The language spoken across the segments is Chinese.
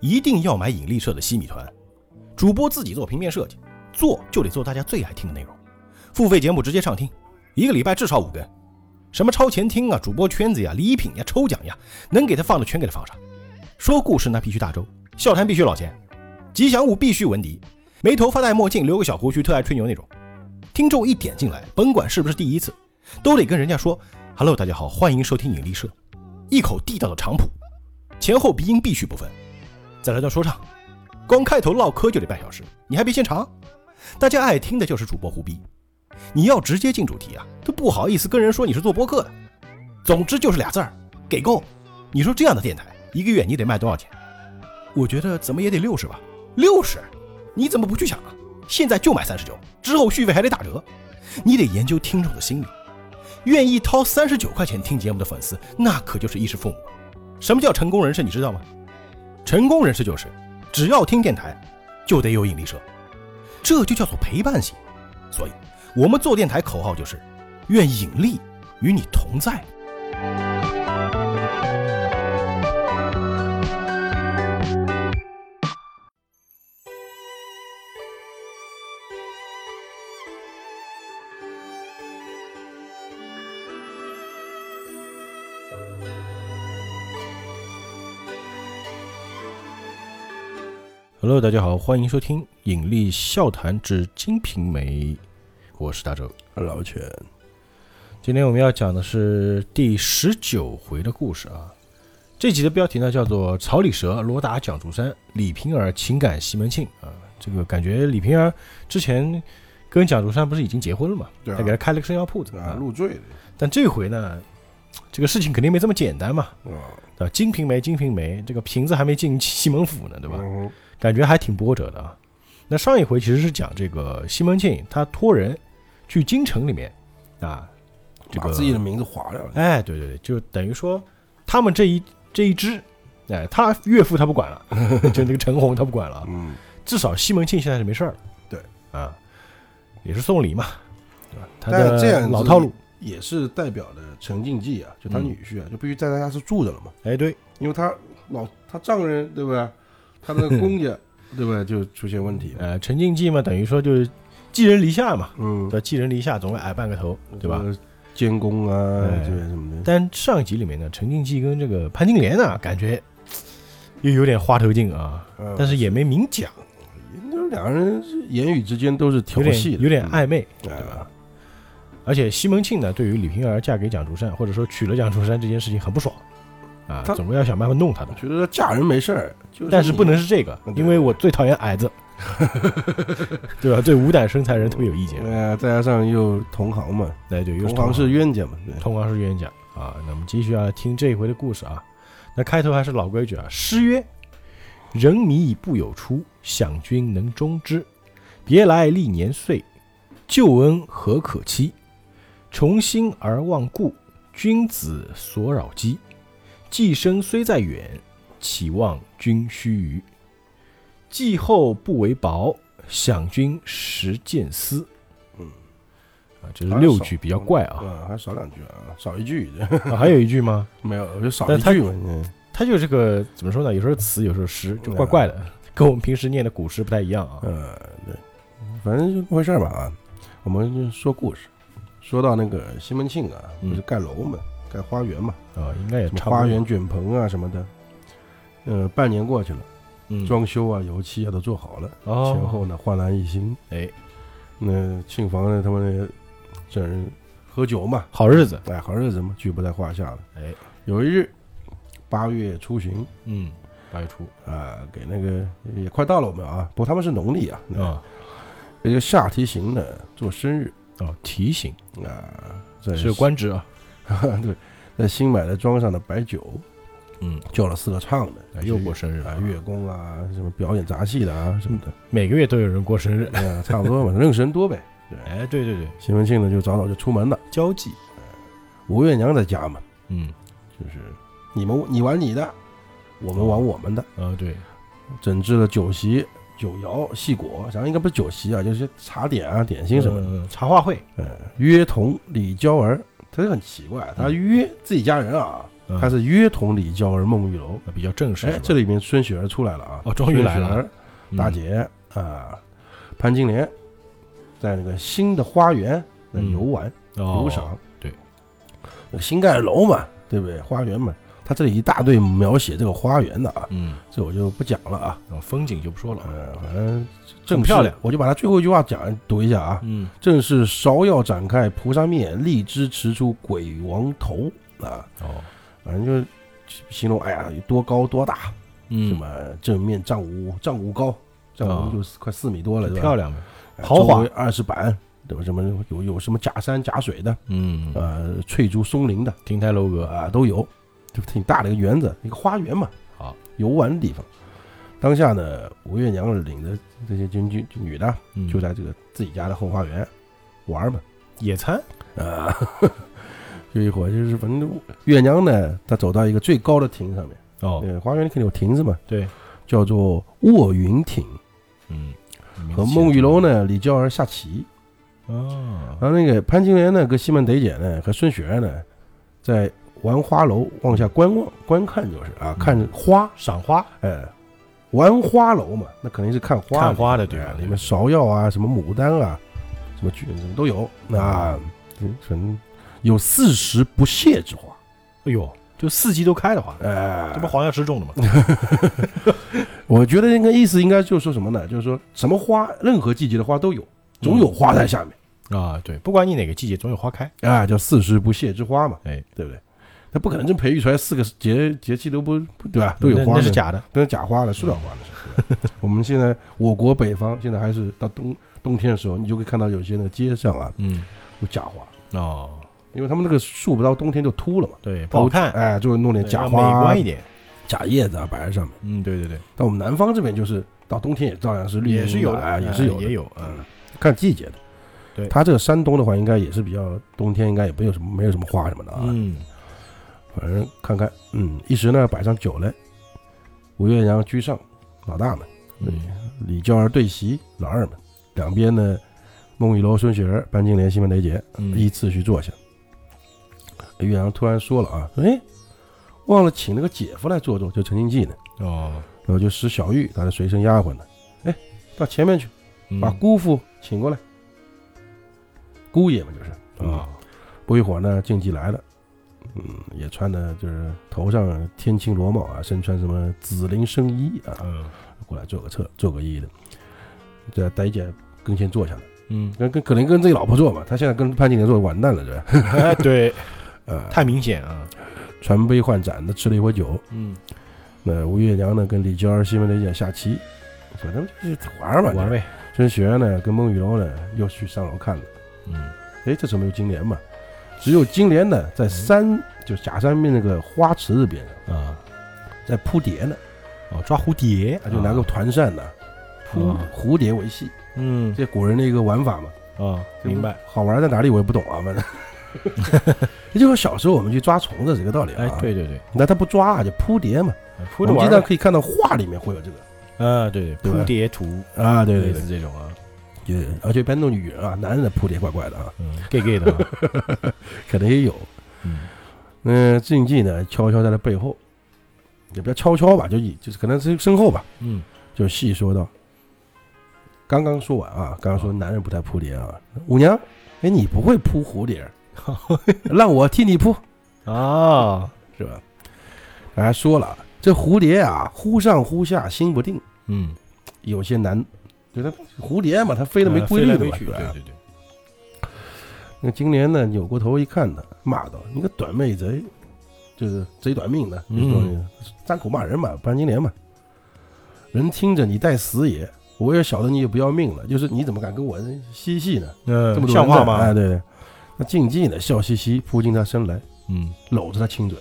一定要买引力社的西米团，主播自己做平面设计，做就得做大家最爱听的内容。付费节目直接畅听，一个礼拜至少五更。什么超前听啊，主播圈子呀，礼品呀，抽奖呀，能给他放的全给他放上。说故事那必须大周，笑谈必须老钱，吉祥物必须文迪，没头发戴墨镜，留个小胡须，特爱吹牛那种。听众一点进来，甭管是不是第一次，都得跟人家说 “Hello，大家好，欢迎收听引力社”，一口地道的长普，前后鼻音必须不分。再来段说唱，光开头唠嗑就得半小时，你还别嫌长。大家爱听的就是主播胡逼，你要直接进主题啊，都不好意思跟人说你是做播客的。总之就是俩字儿，给够。你说这样的电台，一个月你得卖多少钱？我觉得怎么也得六十吧。六十？你怎么不去想啊？现在就买三十九，之后续费还得打折。你得研究听众的心理，愿意掏三十九块钱听节目的粉丝，那可就是衣食父母。什么叫成功人士？你知道吗？成功人士就是，只要听电台，就得有引力社，这就叫做陪伴型。所以，我们做电台口号就是：愿引力与你同在。Hello，大家好，欢迎收听《引力笑谈之金瓶梅》，我是大周。老犬，今天我们要讲的是第十九回的故事啊。这集的标题呢叫做《草里蛇罗达蒋竹山李瓶儿情感西门庆》啊。这个感觉李瓶儿之前跟蒋竹山不是已经结婚了嘛？对啊他给他开了个生药铺子啊，入赘的，但这回呢，这个事情肯定没这么简单嘛，啊，对吧？《金瓶梅》《金瓶梅》，这个瓶子还没进西门府呢，对吧？嗯感觉还挺波折的啊。那上一回其实是讲这个西门庆他托人去京城里面啊，这把个自己的名字划掉了，哎，对对对，就等于说他们这一这一支，哎，他岳父他不管了， 就那个陈红他不管了啊，嗯，至少西门庆现在是没事儿了。对啊，也是送礼嘛，对吧？他但这的样老子套路，也是代表的陈静济啊，就他嗯女婿啊，就必须在他家是住着了嘛，哎，对，因为他老他丈人对吧，他的 公家对吧，就出现问题了，呃，陈静济嘛，等于说就是寄人篱下嘛，嗯对，吧？寄人篱下总会矮半个头，对吧？？监工啊，哎这些什么的，但上一集里面呢，陈静济跟这个潘金莲呢，感觉又有点花头劲啊，嗯但是也没明讲，就是两个人是言语之间都是调有戏点的，有点嗯，暧昧。对吧？而且西门庆呢，对于李瓶儿嫁给蒋竹山，或者说娶了蒋竹山这件事情很不爽啊，他总归要想办法弄他的我。觉得嫁人没事儿，就是但是你不能是这个嗯，对因为我最讨厌矮 子，对吧？对无胆身材人特别有意见。呃，再加上又同行嘛，对对，又同行是冤家嘛，对，同行是冤家啊。那我们继续啊，听这一回的故事啊。那开头还是老规矩啊，诗曰：“人迷已不有出，想君能终之。别来历年岁，旧恩何可期？重新而忘故，君子所扰机。寄生虽在远，岂望君须臾？寄后不为薄，想君时见思。”嗯，啊，这是六句比较怪啊。嗯，还少两句啊，少一句， 啊，还有一句吗？ 没有，我就少但一他句嘛。嗯它就是个怎么说呢？有时候词，有时候诗，就怪怪的， 跟我们平时念的古诗不太一样啊。呃，对，反正就那么回事儿吧啊。我们就说故事，说到那个西门庆啊，嗯不是盖楼嘛，盖花园嘛，啊，应该也什么差不多。花园卷棚啊什么的。呃，半年过去了，嗯，装修啊、油漆啊都做好了，哦，前后呢焕然一新。哎，那庆房呢，他们整人喝酒嘛，好日子，哎，好日子嘛，举不在话下了。哎，有一日，八月初旬，嗯，八月初啊，给那个也快到了我们啊，不过他们是农历啊，啊一个下提刑的做生日哦，提醒啊，在是官职啊， 对，在新买的庄上的白酒嗯，叫了四个唱啊的，又过生日啊了，乐工啊，什么表演杂戏的啊什么的，每个月都有人过生日。啊，差不多嘛，认识人多呗。哎，对对对，西门庆呢就早早就出门了，交际，吴月娘在家嘛，嗯，就是你们你玩你的，我们玩我们的，啊对，整治了酒席、酒肴、戏果，然后应该不是酒席啊，就是茶点啊、点心什么的。嗯么茶话会呃，约同李娇儿，他就很奇怪，他约自己家人啊，嗯他是约同李娇儿梦玉楼。啊比较正式。哎，是吧这里面孙雪儿出来了啊！哦终于来了嗯孙雪儿大，姐啊，潘金莲在那个新的花园那游玩嗯哦游赏，对，那个新盖的楼嘛，对不对？花园嘛，他这里一大堆描写这个花园的啊，嗯，这我就不讲了啊。然后风景就不说了，呃，反正正很式漂亮，我就把他最后一句话讲读一下啊。嗯，正是芍药展开菩萨面，荔枝驰出鬼王头啊，哦，反正就是形容哎呀有多高多大，什嗯，么正面丈五丈五高，丈哦五就是快四米多了，很对吧漂亮，哎豪华周围二十板，对吧？什么有有什么假山假水的，嗯，呃，翠竹松林的亭台楼阁，啊、都有，就挺大的一个园子，一个花园嘛，好，游玩的地方。当下呢，吴月娘领着这些军军军女的，嗯就在这个自己家的后花园玩儿嘛，野餐，啊，就一会儿就是反正月娘呢，她走到一个最高的亭上面，哦，对，花园里肯定有亭子嘛，对，叫做卧云亭。嗯，和孟玉楼，呢，李娇儿哦下棋，哦，然后那个潘金莲呢，跟西门德姐呢，和孙雪儿呢，在玩花楼往下观望观看就是啊，看着花，赏花，哎，玩花楼嘛，那肯定是看花的，看花的，对对吧啊，？里面芍药啊，什么牡丹啊，什么菊什么都有，那嗯反正有四时不谢之花，哎呦，就四季都开的花，哎这，不黄药师种的吗？我觉得那个意思应该就是说什么呢？就是说什么花，任何季节的花都有， 总有花在下面。啊，对，不管你哪个季节，总有花开。啊，叫四时不谢之花嘛，哎，对不对？他不可能真培育出来四个节节气都不不对吧？都有那花那是的，假的。都是假花的，塑料花的是。对 吧我们现在我国北方现在还是到冬冬天的时候，你就会看到有些那个街上啊嗯，有假花，哦，因为他们那个树不到冬天就秃了嘛，对，不好 看，哎，就会弄点对假要花、美观一点。假叶子啊摆在上面。嗯，对对对，但我们南方这边就是到冬天也照样是绿也是有的，哎的，啊也是有的也有，嗯，看季节的。对它这个山东的话，应该也是比较冬天，应该也没有什么没有什么花什么的啊。嗯，反正看看，嗯，一时呢摆上酒来，吴月娘居上，老大们，嗯李娇儿对席，老二们，两边呢，孟玉楼、孙雪儿、潘金莲、西门雷姐嗯依次序坐下。哎岳阳突然说了啊，说哎，忘了请那个姐夫来坐坐，就陈经济呢，哦，然后就使小玉她的随身丫鬟呢，哎，到前面去嗯把姑父请过来，姑爷嘛就是啊，不一会儿呢，竞技来了，嗯，也穿的就是头上天青罗帽啊，身穿什么紫绫生衣啊，嗯过来做个侧做个揖的，在呆姐跟前坐下了， 嗯，跟跟可能跟自己老婆坐嘛，他现在跟潘金莲坐完蛋了这， 哎，对，呃，太明显啊，传杯换盏的吃了一会儿酒，嗯，那吴月娘呢跟李娇儿、西门雷姐下棋，反正就是玩儿嘛，玩。呗，孙雪儿呢跟孟玉楼呢又去上楼看了，嗯，哎，这时候没有金莲嘛，只有金莲呢在山就假山面那个花池子边上。啊，在扑蝶呢，哦，抓蝴蝶啊，，就拿个团扇呢，扑啊蝴蝶为戏，嗯这古人的一个玩法嘛。啊，明白，。好玩在哪里我也不懂啊， 反正。也就是说小时候我们去抓虫子这个道理啊。哎，对，对对，那他不抓啊，就扑蝶嘛。扑着我们玩经常呗，可以看到画里面会有这个啊，对，对吧蝴蝶图，啊，对类对对似这种啊，，也而且一般都女人啊，男人的扑蝶怪怪的啊，嗯，gay gay 的啊， 可能也有。嗯，嗯，静静呢，悄悄在他背后，也不叫悄悄吧，就以就是可能是身后吧，嗯，就细说道：“刚刚说完啊，刚刚说男人不太扑蝶啊，舞娘，哎，你不会扑蝴蝶儿，让我替你扑， 啊，是吧？”还说了，这蝴蝶啊，忽上忽下，心不定，嗯，有些难。对它蝴蝶嘛，它飞得没呃规飞来律的没嘛。去对吧对对对，那金莲呢，扭过头一看他，骂道：“你个短妹贼，就是贼短命的，就是说嗯张口骂人嘛，潘金莲嘛。人听着你待死也，我也晓得你也不要命了，就是你怎么敢跟我嬉戏呢？嗯，这么多人像话在吗？哎，对对。那静静的笑嘻嘻扑进他身来，嗯，搂着他亲嘴。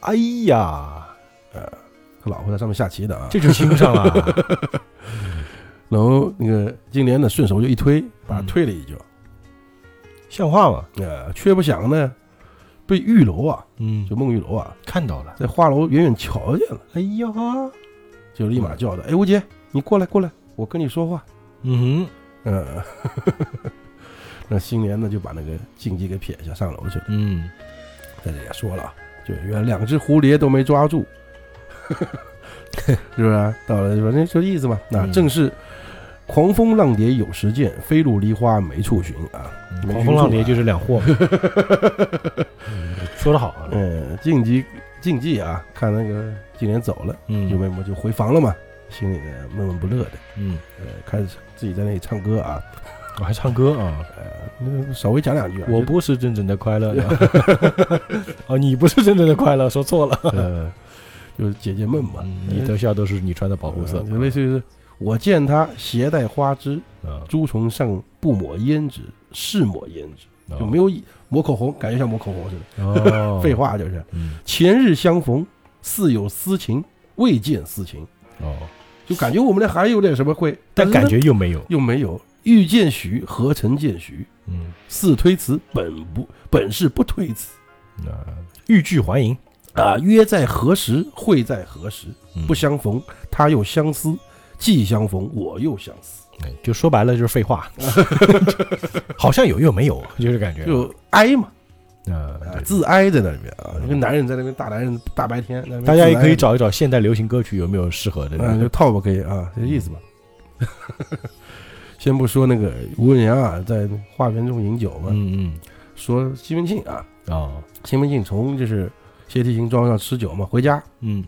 哎呀，他老婆在上面下棋的啊，这就亲上 了，然后那个金莲呢，顺手就一推，嗯把他推了一脚。像话吗？呃，却不想呢，被玉楼啊，嗯就孟玉楼啊，看到了，在花楼远远瞧见了。哎呀，就立马叫他：“哎，吴姐，你过来，过来，我跟你说话。嗯哼，”嗯， 那新莲呢就把那个禁忌给撇下，上楼去了，嗯，在这也说了啊，就原来两只狐狸都没抓住， 是不是？到了反正就意思嘛。那嗯正是狂风浪蝶有时见，飞入梨花没处寻啊。没狂风浪蝶寻处就是两货嘛。 说得好啊啊，嗯，晋级晋级啊，看那个竟然走了，嗯就没么就回房了嘛，心里呢闷闷不乐的，嗯，呃，开始自己在那里唱歌啊，呃我还唱歌啊，那稍微讲两句啊，我就不是真正的 快乐的。哦，你不是真正的快乐，说错了。呃，就是解解闷嘛，嗯你的笑都是你穿的保护色呃。就类似于是，我见他携带花枝，啊，朱唇上不抹胭脂，是抹胭脂，就没有有抹口红，感觉像抹口红似的，啊哦 废。话就是，嗯，前日相逢，似有私情，未见私情，哦，就感觉我们俩还有点什么会，但是呢感觉又没有。又没有遇见许，何曾见许？嗯，似推辞，本不本是不推辞那欲拒还迎，啊。约在何时？会在何时？嗯不相逢，他又相思；既相逢，我又相思。哎就说白了就是废话， 好像有又没有，就是感觉就哀嘛，啊啊对嗯自哀在那里面啊。一个男人在那边，大男人大白天，大家也可以找，找一找现代流行歌曲有没有适合的。嗯，就套吧，可以啊，这意思吧。 先不说那个吴文阳啊，在花园中饮酒嘛，嗯说西门庆啊，嗯，哦，西门庆从就是谢帝行庄上吃酒嘛，回家嗯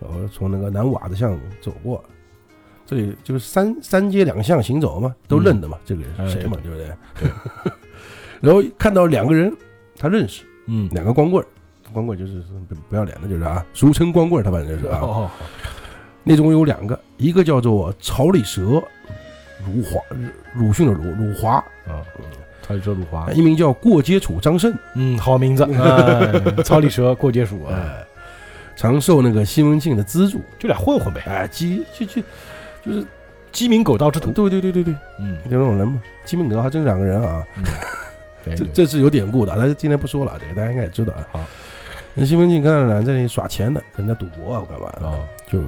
然后从那个南瓦子巷走过，这里就是三三街两巷行走嘛，都认得嘛，这个人是谁嗯哎嘛，对不对？ 然后看到两个人，他认识嗯，两个光棍儿，光棍儿就是不不要脸的，就是啊，俗称光棍儿，他反正就是啊，哦，那中有两个，一个叫做草里蛇，辱华鲁迅的鲁鲁华，哦，草履蛇鲁花，一名叫过街楚张胜，嗯，好 名字，哎草履蛇过街鼠啊，哎，常受那个西门庆的资助，就俩混混呗，哎，鸡就就就是鸡鸣狗盗之徒，对对对对对。嗯，就那种人嘛，鸡鸣哥还真是两个人啊，对这哎对这是有典故的，但是今天不说了，这个大家应该也知道啊。好，那西门庆跟二郎在那里耍钱呢，跟人家赌博啊，干嘛的？哦，就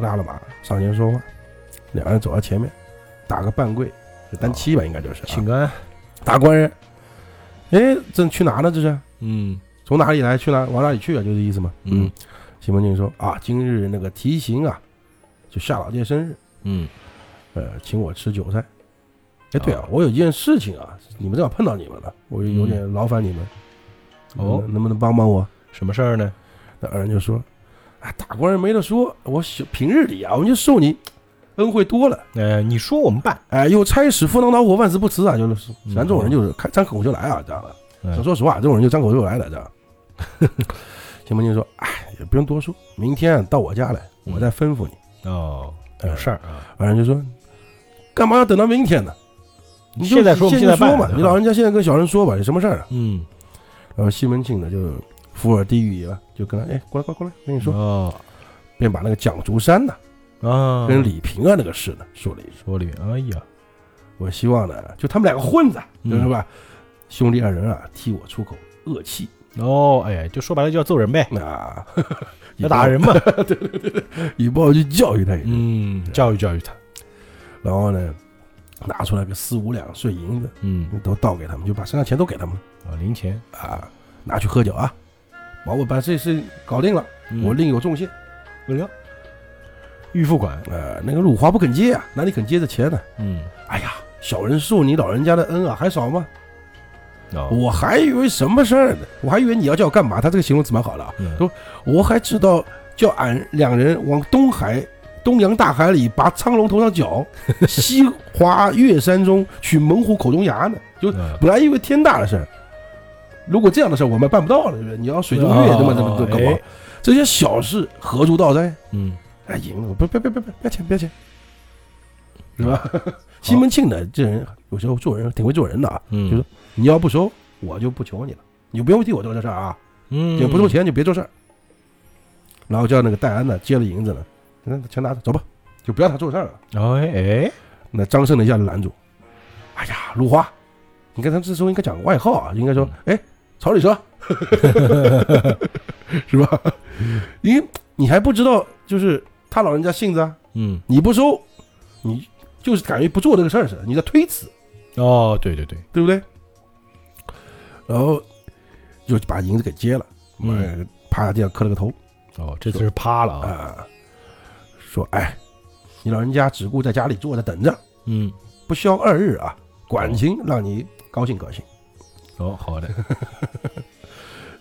拉了马上前说话，两个人走到前面，打个半跪，就单膝吧，应该就是、啊请安，打官人。哎，这去哪呢？这是嗯从哪里来？去哪？往哪里去啊？就这意思嘛。嗯，西门庆说啊，今日那个提刑啊，就夏老爹生日，嗯，呃，请我吃韭菜。哎，对啊啊，嗯我有一件事情啊，你们正好碰到你们了，我就有点劳烦你们，哦能能不能帮帮我？什么事儿呢？那二人就说，啊，打官人没得说，我小平日里啊，我们就受你恩惠多了，呃，你说我们办，哎，有差使，赴汤蹈火，万死不辞啊，就是嗯咱这种人就是开张口就来啊，知道吧？嗯咱说实话，这种人就张口就来了，知道吧。西门庆说，哎，也不用多说，明天啊到我家来，我再吩咐你。哎哦，有事儿啊，二人就说，干嘛要等到明天呢？你就现在说，我们现现在办说嘛，你老人家现在跟小人说吧，有什么事儿啊？嗯，然后西门庆呢就伏耳低语了，就跟他哎过来过来过来，跟你说，哦便把那个蒋竹山呢啊，跟李平啊那个事呢说了一句。说里，哎呀，我希望呢，就他们两个混子，嗯就是吧，兄弟二人啊替我出口恶气哦，哎呀，就说白了就要揍人呗，啊， 要打人嘛，以报去教育他一 顿。嗯，教育教育他，嗯然后呢，拿出来个四五两碎银子，嗯，都倒给他们，就把身上钱都给他们了啊，零钱，啊，拿去喝酒啊，把我把这事搞定了，嗯我另有重谢。领预付款，呃，那个鲁华不肯接啊，哪里肯接这钱呢？嗯，哎呀，小人受你老人家的恩啊，还少吗？哦，我还以为什么事儿呢，我还以为你要叫我干嘛？他这个形容词蛮好的啊，嗯都我还知道叫俺两人往东海、东洋大海里拔苍龙头上角，西华岳山中取猛虎口中牙呢。就嗯本来以为天大的事儿，如果这样的事儿我们办不到了，对不对？你要水中月，哦对吧？这么这么搞不好哎这些小事何足道哉？嗯，哎，赢了，不不不不不，不要钱，不要钱，是吧？西门庆呢，这人有时候做人挺会做人的啊。嗯，就是你要不收，我就不求你了，你就不用替我做这事儿啊，嗯，就不收，钱就别做事儿。然后叫那个戴安呢接了银子呢，那钱拿着走吧，就不要他做事儿了。哎哎，那张胜呢一下就拦住，哎呀，鲁花，你看他这时候应该讲个外号啊，应该说，嗯哎，草履蛇， 是吧？因为你还不知道，就是他老人家性子啊，嗯，你不收，你就是感觉不做这个事儿似的，你在推辞，哎哦，对对对，对不对？然后就把银子给接了，哎妈嗯趴在地上磕了个头哦，这次是趴了啊，啊，说：“哎，你老人家只顾在家里坐着等着，嗯，不消二日啊，管情让你高兴高兴。哦，好的，”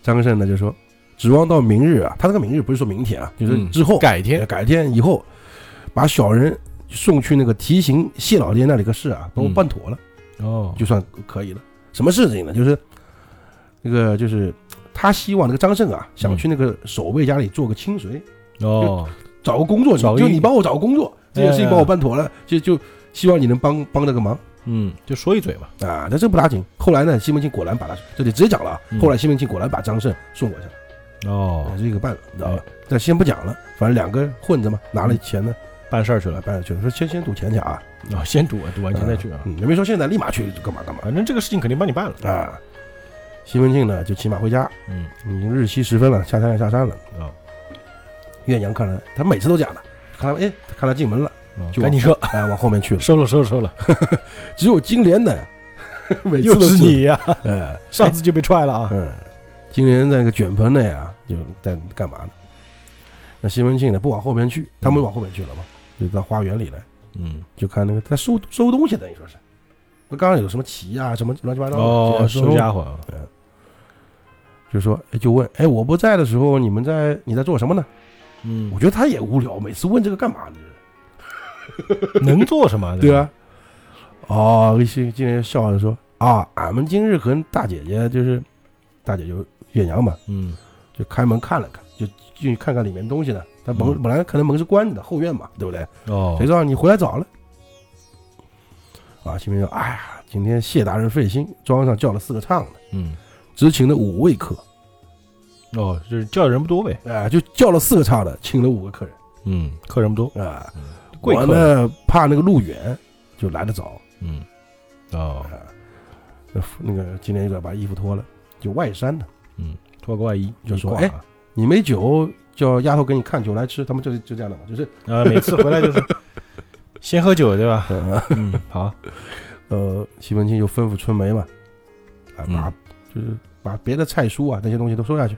张胜呢就说：“指望到明日啊，他这个明日不是说明天啊，就是嗯之后、改天，改天以后，把小人送去那个提刑谢老爹那里个事啊，都嗯办妥了。”哦，就算可以了。什么事情呢？就是那个就是他希望那个张胜啊，嗯想去那个守卫家里做个亲随，哦，找个工作，找你一就你帮我找个工作，哎这件事情帮我办妥了，就就希望你能帮帮这个忙嗯，就说一嘴嘛，啊。但这不打紧，后来呢，西门庆果然把他这里直接讲了啊嗯，后来西门庆果然把张胜送过去了，哦哎也，是一个办法，你知道吧？但先不讲了，反正两个混着嘛，拿了钱呢，办事儿去来了，办去了，说先先赌钱去啊，啊，先赌完，赌完钱再去啊，嗯，也没说现在立马去干嘛干嘛反正这个事情肯定帮你办了，啊。西门庆呢就骑马回家，嗯，已经日西时分了，下山要下山了。啊，岳娘看了，她每次都讲的，看她哎，看她进门了，啊就赶紧 撤，哎，往后面去了。收了，收了，收了，只有金莲呢， 每次又都是，你呀，哎，上次就被踹了啊，嗯，金莲在那个卷棚内啊，就在干嘛呢？那西门庆呢，不往后面去，他们往后面去了嘛，就到花园里来，嗯，就看那个在收收东西，等于说是，那刚刚有什么棋啊，什么乱七八糟的，哦，就收家伙啊，就说，哎，就问，哎，我不在的时候，你们在你在做什么呢？嗯我，觉得他也无聊，每次问这个干嘛呢？能做什 么？对，啊。哦，金金莲笑着说：“啊，俺们今日和大姐姐就是，大姐就月娘嘛，嗯，就开门看了看，就进去看看里面东西呢。她门、嗯本来可能门是关着的，后院嘛，对不对？哦谁，知道你回来早了。”啊，西门说：“哎呀，今天谢大人费心，庄上叫了四个唱的，嗯，只请了五位客，哦，就是叫的人不多呗，哎、就叫了四个唱的，请了五个客人嗯，客人不多，啊。嗯贵我客人，呢怕那个路远，就来得早，嗯，哦，啊，那服那个金莲就把衣服脱了，就外衫的。嗯，脱个外衣就说一挂哎你没酒，叫丫头给你看酒来吃，他们就是就这样的嘛， 就是 啊，每次回来 就是先喝酒，对吧？呃嗯， 好，呃，西门庆就吩咐春梅嘛，啊，嗯把、就是把别的菜蔬啊那些东西都收下去，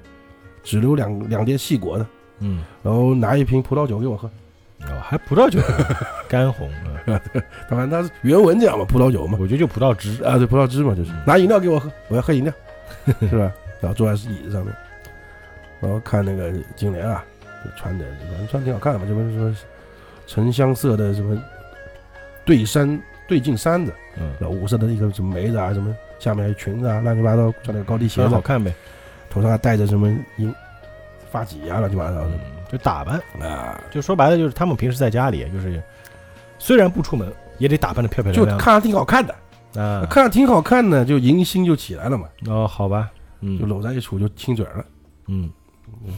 只留两两碟细果子，嗯，然后拿一瓶葡萄酒给我喝。哦，还葡萄酒，干红，嗯当然他是原文这样嘛，葡萄酒嘛，我觉得就葡萄汁，啊，对，葡萄汁嘛，就是嗯拿饮料给我喝，我要喝饮料，是吧？然后坐在椅子上面，然后看那个金莲啊，就穿的反正穿挺好看的嘛，这不是说沉香色的什么对衫对襟衫子，嗯，然后五色的一个什么梅子啊，什么下面还有裙子啊，乱七八糟，穿那个高低鞋很好子，啊看呗，头上还戴着什么银发髻啊，乱七八糟嗯的，就打扮，啊，就说白了就是他们平时在家里就是虽然不出门，也得打扮的漂漂就亮亮看着挺好看的，的啊，看着挺好看的，就迎新就起来了嘛，哦，好吧，就嗯搂在一处就亲嘴儿了，嗯，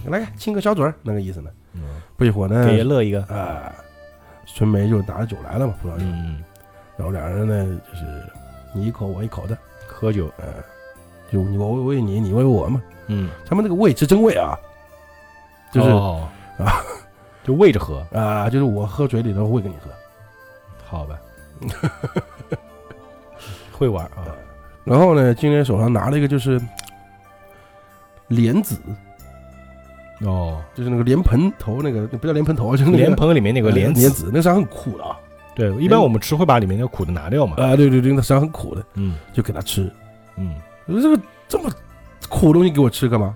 来亲个小嘴儿那个意思呢。嗯不一会儿呢，给爷乐一个，啊，春梅就拿着酒来了嘛，葡萄酒，嗯，然后两人呢就是你一口我一口的，喝酒，就你我喂你，你喂我嘛。嗯，他们那个喂是真喂啊，就是哦啊，就喂着喝，啊、就是我喝嘴里头喂给你喝。好 吧，会玩啊，然后呢，金莲手上拿了一个就是莲子，哦，就是那个莲盆头那个，不叫莲盆头啊，就是那个莲盆里面那个呃莲莲子，子，那啥很苦的啊。对，一般我们吃会把里面那个苦的拿掉嘛，啊，对对对，那啥很苦的，嗯就给他吃。嗯我说这个这么苦的东西给我吃干嘛？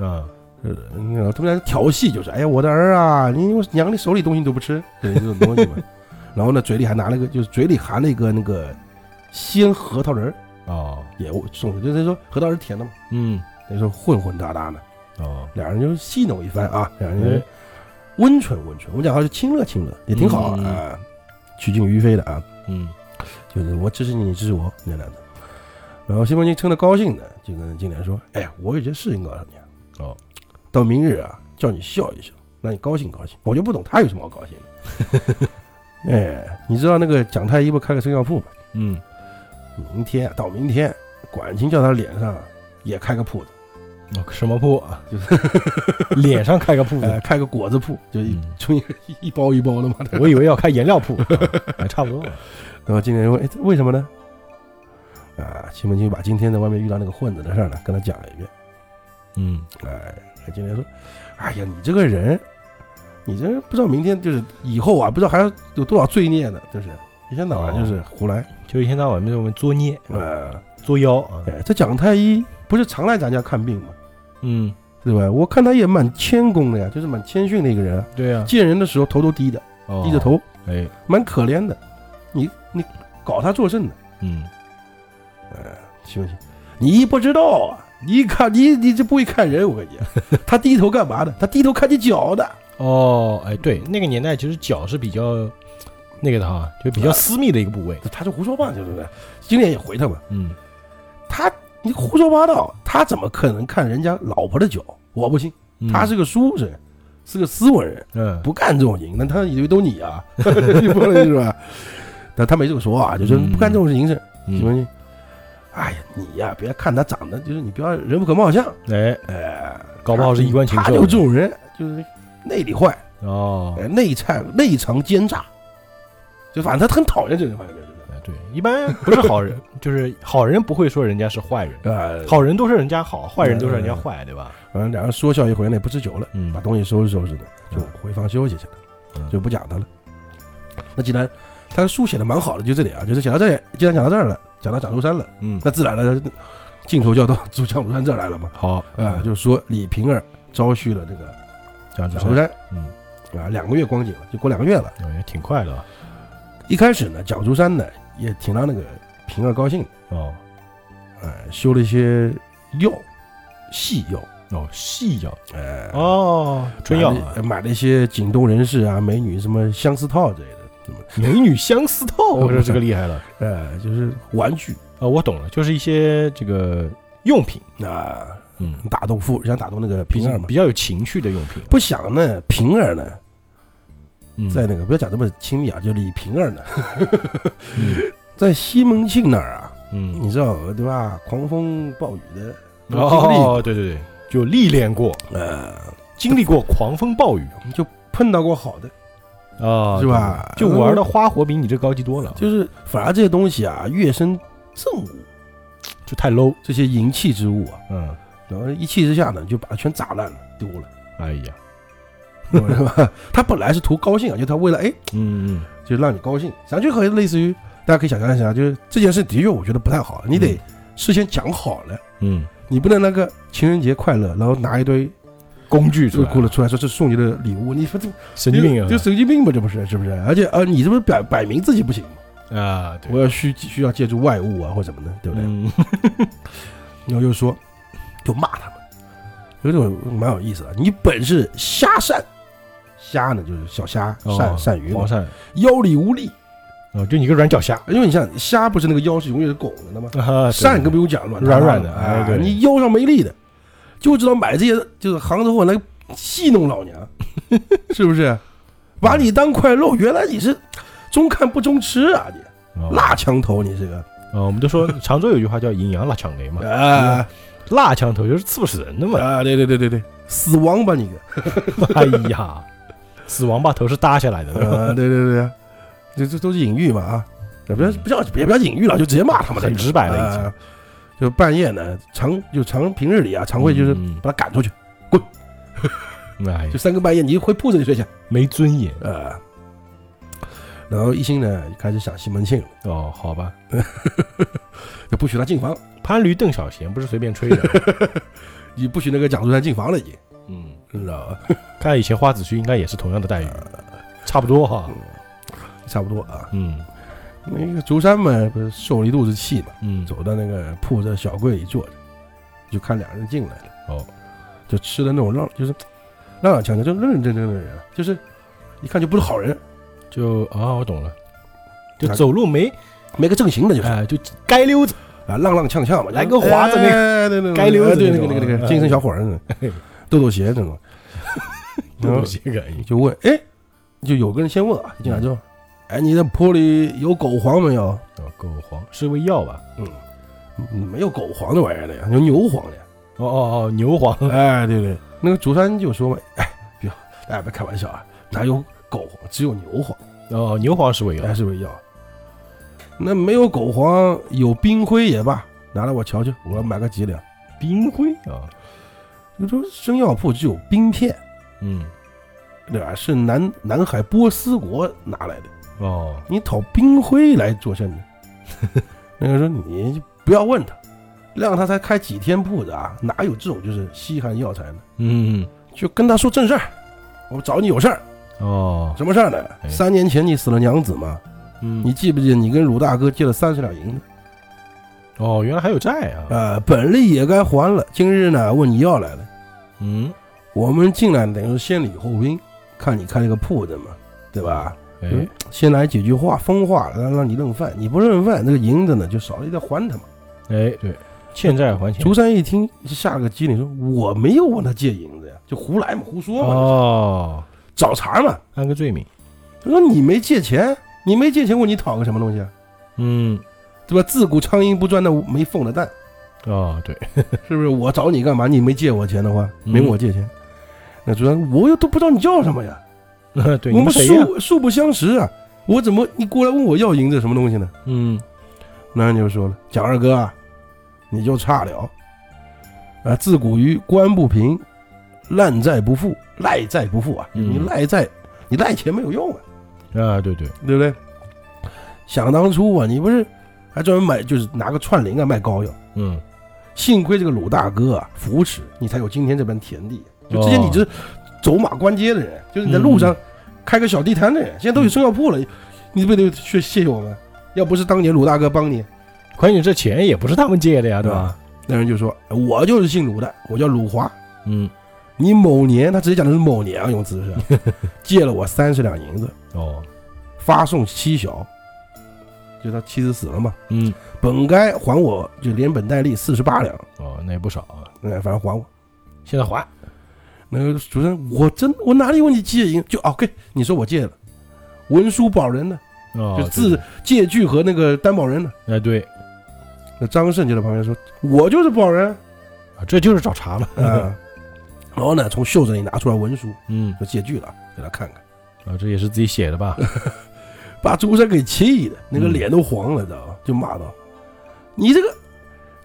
啊，是的，那个他们在调戏，就是哎呀，我的儿啊，你我娘你手里东西你都不吃，对这种东西嘛。 然后呢，嘴里还拿了个，就是嘴里含了一个那个鲜核桃仁儿，哦，也送去。就是说核桃仁甜的嘛，嗯那时候混混搭搭的，哦，两人就戏弄一番啊，两人就是哎温存温存，我们讲话就亲热亲热，也挺好啊，嗯取尽于飞的啊，嗯就是我支持你，你支持我那样的。然后西门庆趁着高兴呢，就跟金莲说：“哎呀，我有件事情告诉你啊，哦，到明日啊，叫你笑一笑，让你高兴高兴。我就不懂他有什么好高兴的。 哎，你知道那个蒋太医不开个生药铺吗？嗯，明天啊到明天，管清叫他脸上啊也开个铺子，哦什么 铺啊？就是脸上开个铺哎、子，开个果子铺，就 一、嗯就一一包一包的嘛。我以为要开颜料 铺，啊还差不多吧。 然后今天问，哎，这为什么呢？啊，西门庆把今天在外面遇到那个混子的事儿呢，跟他讲了一遍。嗯，哎，还经常说，哎呀，你这个人，你这人不知道明天就是以后啊，不知道还要有多少罪孽呢，就是一天到晚就是胡来，就一天到晚被我们作孽、呃，作妖啊。哎，这蒋太医不是常来咱家看病吗？嗯，对吧？我看他也蛮谦恭的呀，就是蛮谦逊的一个人啊，对啊，见人的时候头都低的，低着，头，哎，蛮可怜的。你你搞他作甚呢？嗯，行不行？你不知道啊，你看你你这不会看人，我跟你讲，他低头干嘛的？他低头看你脚的。哦，哎，对，那个年代其实脚是比较那个的哈，就比较私密的一个部位。他就胡说八道，对不对？金莲也回他嘛，嗯，他你胡说八道，他怎么可能看人家老婆的脚？我不信，嗯他是个书生，是个斯文人，嗯不干这种事情。那他以为都 你啊，你不能是吧？但他没这么说啊，就是嗯不干这种事情是嗯什么？哎呀，你呀、别看他长得就是你不要人不可貌相，哎，哎，搞不好是衣冠禽兽他就这种人，就是内里坏，哦，哎内藏内藏奸诈，就反正他很讨厌这种坏人，哎对，一般不是好人， 就是好人不会说人家是坏人，就是哎，嗯好人都是人家好，坏人都是人家坏，对吧？反正两人说笑一回呢，也不吃酒了。嗯把东西收拾收拾的，就嗯回房休息去嗯了，就不讲他了。那既然他书写的蛮好的，就这里啊，就是讲到这里，既然讲到这儿了，讲到蒋中山了，嗯，那自然了，镜头就要到蒋中山这儿来了嘛。好，啊，就说李瓶儿招婿了这个蒋蒋中中山，山嗯嗯，啊，两个月光景了，就过两个月了。哎也挺快的啊一开始呢，蒋中山呢也挺让那个瓶儿高兴的，哦哎，修了一些药，细药，哦，细药哎，哦，春药买了买了一些景东人士啊、美女什么相思套之类的，什么美女相思套，我说这个厉害 了。呃，就是玩具啊，我懂了，就是一些这个用品，啊，嗯，打动妇，想打动那个比平儿嘛。比较有情趣的用品，不想呢，平儿呢，嗯在那个不要讲这么亲密啊，就李平儿呢，嗯在西门庆那儿啊，嗯，你知道对吧？狂风暴雨的，哦，对对对，就历练过，呃，经历过狂风暴雨就碰到过好的，啊， 是吧？对？就玩的到，花活比你这高级多了，就就是反而这些东西啊，月生正午就太 low，这些淫气之物啊，嗯，然后一气之下呢，就把它全砸烂了，丢了，哎呀，是吧？他本来是图高兴啊，就他为了哎嗯嗯，就让你高兴。咱就可以类似于，大家可以想象一下，就是这件事的确我觉得不太好，你得事先讲好了，嗯，你不能那个情人节快乐，然后拿一堆工具出就来过了出来说这是送你的礼物，你说这啊神经病啊就，神经病吧，这不是是不是？而且呃，你这不是摆摆明自己不行吗，啊，对，我要需需要借助外物啊或什么的，对不对？嗯然后就说，就骂他们，有种蛮有意思的，啊你本是虾鳝。虾呢，就是小虾、哦鳝、鳝鱼嘛黄，鳝，腰里无力，哦，就你个软脚虾，因为啊你像虾不是那个腰是永远是拱着的吗？啊扇更不用讲了，软软的哎哎，对你腰上没力的，就知道买这些就是杭州货来戏弄 老娘，是不是？把你当块肉，原来你是中看不中吃啊！你哦辣枪头，你这个啊，我们都说常州有句话叫“引羊辣抢雷”嘛，啊辣枪头就是刺不死人的嘛，啊！对对对对对，死亡吧你 个！哎呀，死王八头是搭下来的，啊，对对对，这这都是隐喻嘛啊！不要不要别不要隐喻了，就直接骂他们了，很直白了已经啊就半夜呢，常就常平日里啊，常会就是嗯把他赶出去，哎呀就，三更半夜你就回铺子里睡去。没尊严呃，然后一心呢开始想西门庆了，哦，好吧。就不许他进房，潘驴邓小闲不是随便吹 的，也不许那个蒋中山进房了，已经，嗯，你知道吧？ 看来以前花子虚应该也是同样的待遇，呃差不多哈，差不多啊。嗯那个竹山嘛，不是受了一肚子气嘛，嗯，走到那个铺子小柜里坐着，就看两人进来了，哦，就吃的那种浪，就是踉踉跄跄，就认认真真的人，啊就是一看就不是好人，就啊，我懂了，就走路没没个正形的，就是哎，就街溜子，啊，浪浪跄跄嘛，来个华子那个，对对对，街溜子对那那种个那个那哎个精神小伙儿那种，豆豆鞋那种，然后有些个就问，哎，就有个人先问啊，一进来之后，哎，你的坡里有狗黄没有？哦，狗黄是味药吧？嗯没有狗黄这玩意儿的呀，有牛黄的呀。哦哦哦，牛黄，哎，对对，那个竹山就说嘛，哎，别，哎，别开玩笑啊，哪有狗黄，只有牛黄，哦，牛黄是味药哎，，是不是要？那没有狗黄，有冰灰也罢，拿来我瞧瞧，我要买个几两。冰灰啊，你说生药铺只有冰片，嗯，对吧？是南南海波斯国拿来的，哦，你讨冰灰来作证呢？ 那个说你不要问他，让他才开几天铺子啊，哪有这种就是稀罕药材呢？嗯，就跟他说正事儿，我找你有事儿，哦，什么事儿哎呢？三年前你死了娘子嘛，嗯你记不记得你跟鲁大哥借了三十两银子？哦，原来还有债啊，呃，本利也该还了，今日呢问你要来了。嗯，我们进来等于是先礼后兵，看你开了个铺子嘛，对吧？哎，嗯先来几句话风话，让让你认饭，你不认饭，那个银子呢就少了，你得还他嘛。哎，对，欠债还钱竹，山一听下个机灵，说我没有问他借银子呀，就胡来嘛，胡说嘛，哦，找茬嘛。按个罪名，他说你没借钱，你没借钱，问你讨个什么东西啊？嗯，对吧？自古苍蝇不钻那没缝的蛋， 哦，对， 是不是？我找你干嘛？你没借我钱的话，嗯没问我借钱。那竹山，我又都不知道你叫什么呀，对，我你们谁呀？素素不相识啊，我怎么你过来问我要银子什么东西呢？嗯，男人就说了：“蒋二哥啊，你就差了，啊，自古于官不平，烂债不付，赖债不付啊，嗯你赖债，你赖钱没有用啊，啊，对对，对不对？想当初啊，你不是还专门买，就是拿个串铃啊卖膏药，嗯，幸亏这个鲁大哥啊扶持，你才有今天这般田地。就之前哦嗯你就是走马观街的人，就是你在路上开个小地摊的人，现在都有生药铺了，你不得去谢谢我们？要不是当年鲁大哥帮你。”关键这钱也不是他们借的呀，对吧？那人就说：“哎我就是姓鲁的，我叫鲁华。嗯，你某年，他直接讲的是某年啊，用词是借了我三十两银子，哦，发送妻小，就他妻子死了嘛，嗯，本该还我就连本带利四十八两，哦，那也不少啊，哎，反正还我。现在还，那个主持人，我真我哪里问你借银？就哦，对，你说我借了，文书保人呢，哦，就对自，借据和那个担保人呢。哎，对，那张胜就在旁边说：我就是保人啊这就是找茬嘛，啊。然后呢，从袖子里拿出来文书， 嗯，说借据了，给他看看。”啊，这也是自己写的吧？把朱三给气的，那嗯个脸都黄了，知道吧？就骂道：“你这个，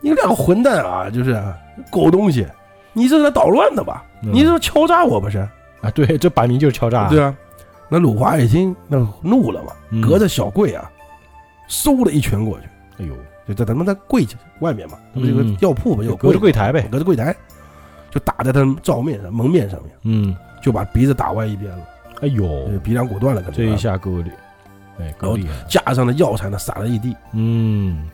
你两个混蛋啊，就是啊狗东西，你这是来捣乱的吧？嗯 你这是敲诈我不是？啊，对，这摆明就是敲诈，对啊。”那鲁华一听，那怒了嘛，嗯隔着小柜啊，嗖的一拳过去，哎呦，就在他们在柜子外面嘛，那不是有嗯个药铺嘛，有隔着柜柜台呗，隔着柜台，就打在他们照面上蒙面上面，嗯，就把鼻子打歪一边了，哎呦，就是鼻梁骨断了，可能啊这一下够厉，哎，够厉害了，架上的药材呢撒了一地。嗯，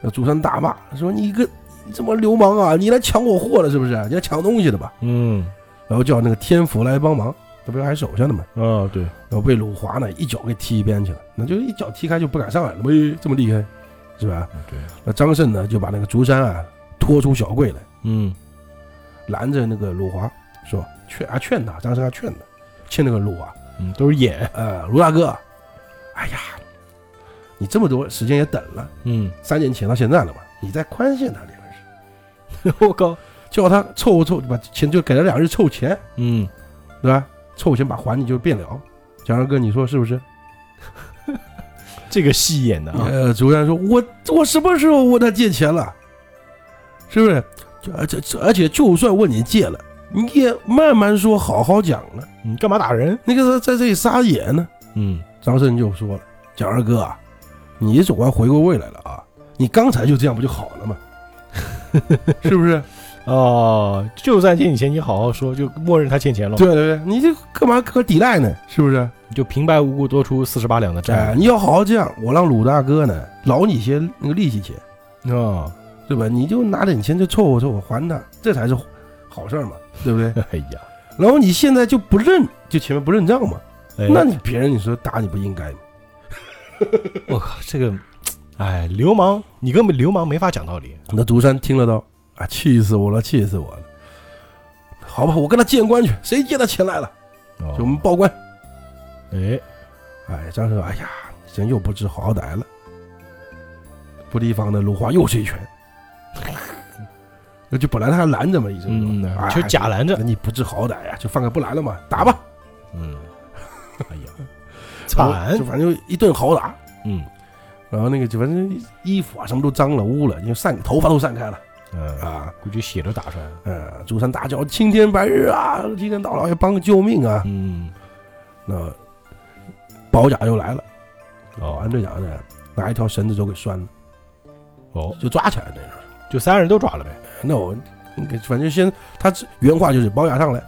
那祖山大骂说：“你个你这么流氓啊！你来抢我货了是不是？你来抢东西的吧嗯，？”然后叫那个天福来帮忙，这不是还手下呢吗？哦，对，然后被鲁华呢一脚给踢一边去了，那就一脚踢开就不敢上来了，喂，这么厉害，是吧？对，啊那张胜呢就把那个竹山啊拖出小柜来，嗯，拦着那个鲁华说：“劝啊劝他，张胜啊劝他，劝那个鲁啊，嗯，都是演，呃，卢大哥，哎呀，你这么多时间也等了，嗯， 三年前到现在了嘛，你再宽限他两日。”我靠，叫他凑凑，把钱就给他两日凑钱，嗯，对吧？凑钱把还你就变了。蒋二哥，你说是不是？这个戏演的啊，呃，主任说，我我什么时候问他借钱了？是不是？就而且而且，就算问你借了，你也慢慢说，好好讲呢。你嗯干嘛打人？那个在这里撒野呢。嗯，张胜就说了：“蒋二哥啊，你总该回过味来了啊！你刚才就这样不就好了吗？ 是不是？哦，就算欠你钱，你好好说，就默认他欠钱了，对对对，你这干嘛搁抵赖呢？是不是？你就平白无故多出四十八两的哎，债，你要好好这样，我让鲁大哥呢饶你些那个利息钱，哦，？对吧？你就拿点钱就凑合凑合还他，这才是好事儿嘛，对不对 哎呀，然后你现在就不认，就前面不认账嘛，哎那你别人你说打你不应该吗？我靠，这个，哎，流氓，你根本流氓没法讲道理，那竹山听了都啊，气死我了，气死我了。好吧，我跟他见官去，谁借他钱来了，哦就我们报官。哎，哎，张生，哎呀，人又不知好歹了。不提防的鲁花又是一拳，那就本来他还拦着嘛，一直嗯，哎就假拦着那，你不知好歹呀、就放开不来了嘛，打吧，嗯，哎呀，惨就，反正就一顿好打。嗯，然后那个就反正衣服啊什么都脏了污了，因为散头发都散开了，嗯，啊，估计血都打出来了。呃，竹山大叫青天白日啊，今天到了要帮个救命啊！嗯，那保甲又来了，保哦安队长呢拿一条绳子就给拴了，哦，就抓起来那人。就三人都抓了呗。那我反正先他原话就是保甲上来，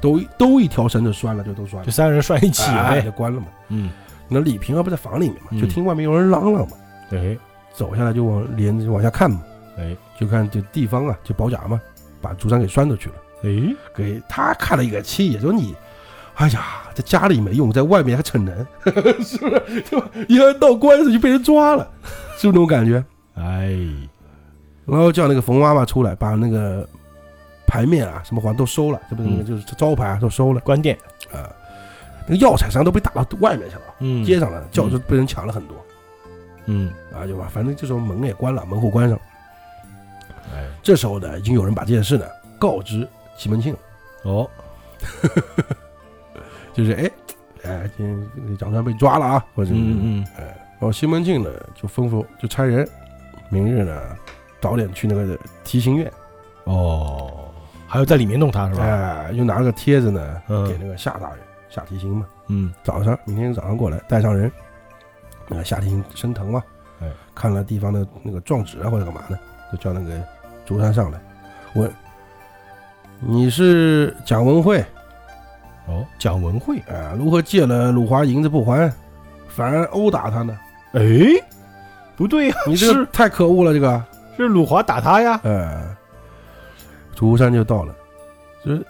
都都一条绳子拴了，就都拴就了，三人拴一起哎呗。就关了嘛。嗯，那李平儿啊不在房里面嘛，嗯就听外面有人嚷嚷嘛，对，走下来就往连着往下看嘛，哎就看这地方啊，就保甲嘛，把竹山给拴出去了。哎，给他看了一个气，说你，哎呀，在家里没用，在外面还逞能， 是不是？就一个人闹官司就被人抓了，是不是那种感 觉？哎，然后叫那个冯妈妈出来，把那个牌面啊什么好像都收了，这不是那个嗯就是招牌啊都收了关店。啊，那个药材商都被打到外面去了，嗯街上了，轿子被人抢了很多嗯，啊，就吧，反正这时候门也关了，门户关上。哎，这时候呢，已经有人把这件事呢告知西门庆了，哦，就是哎。哎，今天这个蒋川被抓了啊，或者是嗯嗯然后西门庆呢就吩咐就差人，明日呢早点去那个提刑院，嗯，哦，还要在里面弄他是吧？哎、又拿了个帖子呢、嗯给那个夏大人夏提刑嘛，嗯，早上明天早上过来带上人，那个夏提刑升堂嘛，哎看了地方的那个状纸啊或者干嘛呢，就叫那个竹山上来问。你是蒋文慧哦，蒋文慧，啊、如何借了鲁华银子不还，反而殴 打他呢？哎，不对呀、你这个是太可恶了，这个。是鲁华打他呀。呃，竹山就到了，就是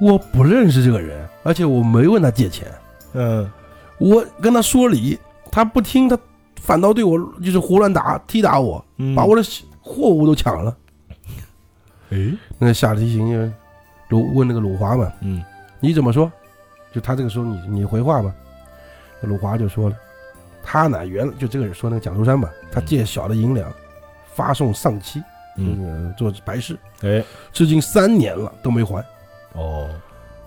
我不认识这个人，而且我没问他借钱，嗯，我跟他说理，他不听，他反倒对我就是胡乱打、踢打我，嗯把我的货物都抢了。哎，那夏提刑就鲁问那个鲁华嘛，嗯，你怎么说？就他这个时候你，你回话吧。那鲁华就说了，他呢原就这个人说那个蒋竹山吧，他借小的银两，发送丧妻，嗯就是做白事，哎，至今三年了都没还。哦，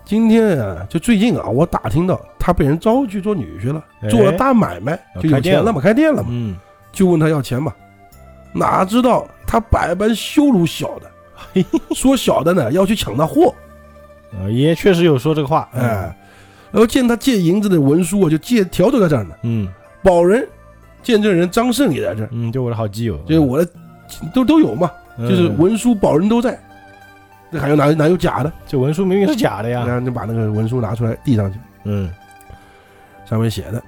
今天啊，就最近啊，我打听到他被人招去做女婿了，哎做了大买卖，啊就有钱了嘛，开店了嘛，嗯，就问他要钱嘛。哪知道他百般羞辱小的，说小的呢要去抢他货，呃也确实有说这个话。哎，，然后见他借银子的文书啊，就借条都在这儿呢。嗯保人、见证人张胜也在这儿，嗯，就我的好基友，就是我的都都有嘛，嗯，就是文书、保人都在，那还有哪哪有假的？这文书明明是假的然呀。后就把那个文书拿出来递上去，嗯，上面写的，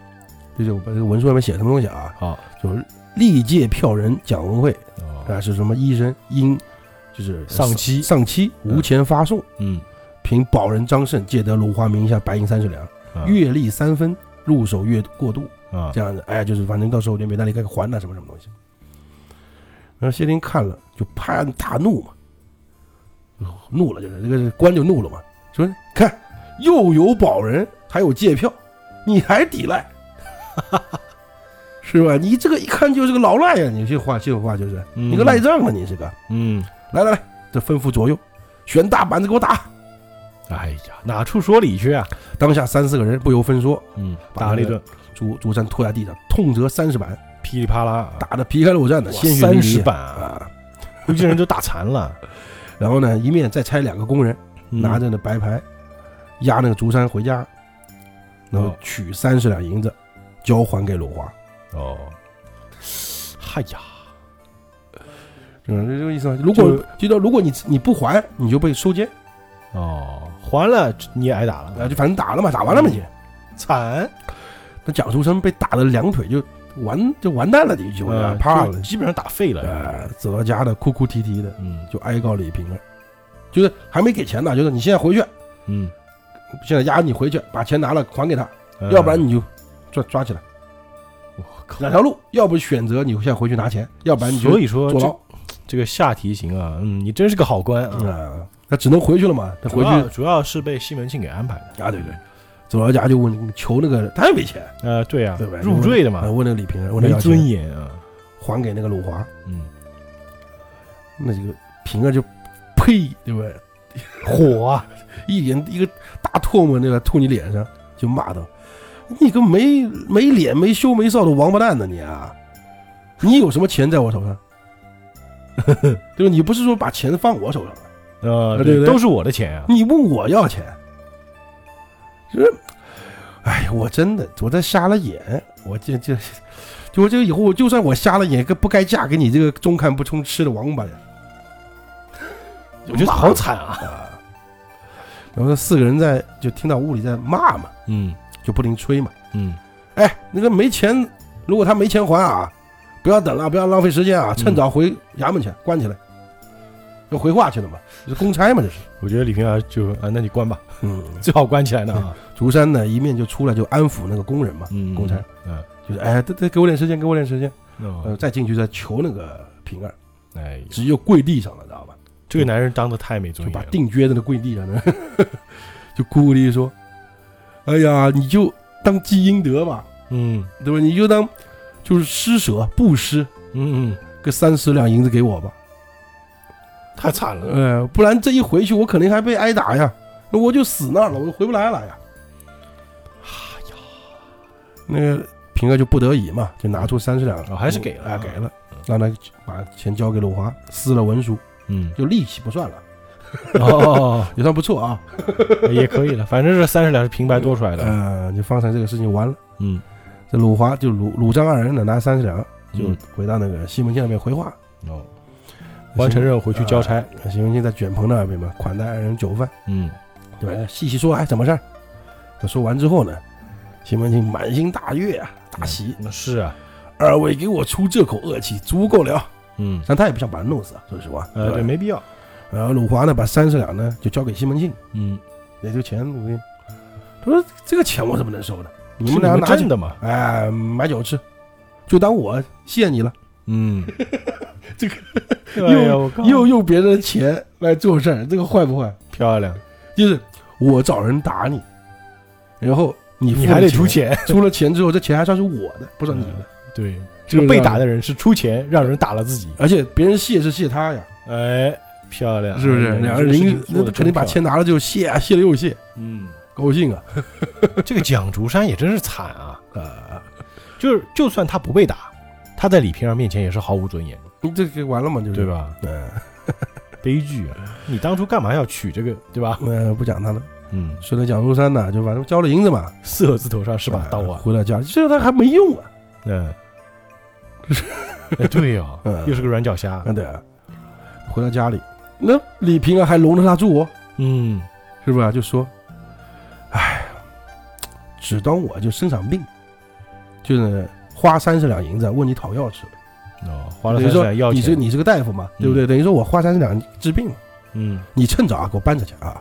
就是我把这个文书上面写什么东西啊？好，就是历届票人蒋文慧哦，啊，是什么医生因就是丧妻丧妻无钱发送，嗯，凭保人张胜借得鲁华名下白银三十两，啊月利三分，入手月过度，啊，这样子，哎，就是反正到时候连美丹里该还了什么什么东西。然后谢霆看了就啪大怒嘛，怒了就是这个官就怒了嘛，说看又有保人还有借票，你还抵赖， 是吧？你这个一看就是个老赖呀、你这话这种话就是嗯你个赖，账啊，你这个。嗯，来来来，这吩咐左右，悬大板子给我打。哎呀，哪处说理去啊？当下三四个人不由分说，嗯，把打了一那个顿，朱朱山拖在地上，痛折三十板，噼里啪啦，打得皮开肉绽的，鲜血三淋十漓板啊，啊。估计人都打残 了。然后呢，一面再差两个工人嗯拿着那白牌，押那个竹山回家，然后哦取三十两银子，交还给鲁华。哦，嗨呀，嗯，这这个意思吗？如果就到如果你你不还，你就被收监哦，还了你也挨打啊，了，就反正打了嘛，打完了嘛你。惨，那蒋竹生被打的两腿就完就完蛋了，你啊就呃怕就了，基本上打废了。呃，走到家的哭哭啼啼的，嗯就哀告李瓶儿，就是还没给钱呢，就是你现在回去，嗯，现在押你回去，把钱拿了还给他，要不然你就抓抓起来。我靠，两条路，要不选择你现在回去拿钱，要不然你就哎所以说坐牢这这个下提刑啊，嗯，你真是个好官啊、啊。他只能回去了嘛，他主回去要主要是被西门庆给安排的。啊，对对，走到家就问求那个，他也没钱，呃，对啊对吧？，入赘的嘛啊，问那个李瓶儿，问他没要钱尊严啊。还给那个鲁华，嗯，那这个瓶儿就呸，对不对？火啊，一脸一个大唾沫那个吐你脸上，就骂道：“你个没没脸没羞没臊的王八蛋呢你啊！你有什么钱在我手上？ 对吧？你不是说把钱放我手上了，呃，对不对都是我的钱啊。你问我要钱，就是，哎，我真的我这瞎了眼，我这这，就我这个以后，我就算我瞎了眼，跟不该嫁给你这个中看不中吃的王八呀！我觉得好惨啊。然后这四个人在就听到屋里在骂嘛，嗯就不停催嘛。嗯，哎，那个没钱，如果他没钱还啊，不要等了，不要浪费时间啊，趁早回衙门去，关起来，要回话去了嘛，这是公差嘛，这是。我觉得李平遥就啊，那你关吧， 嗯，最好关起来呢啊。竹山呢一面就出来就安抚那个工人嘛，嗯公差，嗯，就是哎，得得给我点时间，给我点时间，呃，哦再进去再求那个平儿，哎呀，直接就跪地上了，知道吧？这个男人当的太没尊就严把了。腚撅在那跪地上呢， 就哭哭地说：“哎呀，你就当积阴德吧，嗯对吧？你就当就是施舍布施，嗯嗯，个三十两银子给我吧，太惨了。呃，不然这一回去我肯定还被挨打呀，那我就死那儿了，我就回不来了呀。”哎呀，那个平儿就不得已嘛，就拿出三十两，哦还是给了哎，给了嗯，让他把钱交给鲁华，撕了文书， 嗯，就利息不算了，哦，也算不错啊。也可以了，反正这三十两是平白多出来的。呃，就方才这个事情完了，嗯，这鲁华就鲁鲁张二人呢拿三十两，就嗯回到那个西门庆那边回话。哦，完成任务回去交差。呃西门庆在卷棚那边嘛，款待二人酒饭，嗯对吧？细细说，哎，怎么事儿？他说完之后呢，西门庆满心大悦啊，大喜，那是啊，二位给我出这口恶气，足够了。嗯，但他也不想把他弄死啊，说实话。呃，对，吧没必要。然后鲁华呢，把三十两呢就交给西门庆，嗯，那这个钱我给你，他说这个钱我怎么能收呢？你是们俩拿去挣，的嘛？哎，买酒吃，就当我谢你了。 嗯，这个 哎呀，我 靠，又用别人的钱来做事儿，这个坏不坏？漂亮，就是我找人打你，然后你付你还得了出，钱。嗯出了钱之后，这钱还算是我的，不是你的。对，这 这个个被打让的人是出钱让人打了自己。而且别人谢是谢他呀，哎，漂亮，是不是？哎两个人临做得肯定真漂把亮钱拿了就谢啊，谢了又谢，嗯，高兴啊这个蒋竹山也真是惨啊。啊！就是就算他不被打，他在李平儿面前也是毫无尊严，你这个完了嘛，就是对？吧？嗯， 悲剧啊！你当初干嘛要娶这个，对吧？那呃不讲他了。嗯，说到蒋中山呢，就反正交了银子嘛，色字头上是把刀呃啊，回到家，这个他还没用啊。嗯，哎 对哦嗯，又是个软脚虾，啊，对啊，回到家里，那李平儿还容得他住哦，嗯是不是？就说，哎，只当我就生场病，就是花三十两银子问你讨药吃，哦，花了三等于十说两要你是钱，你是个大夫嘛，对不对？等于说我花三十两治病，嗯，你趁早啊给我搬着去啊！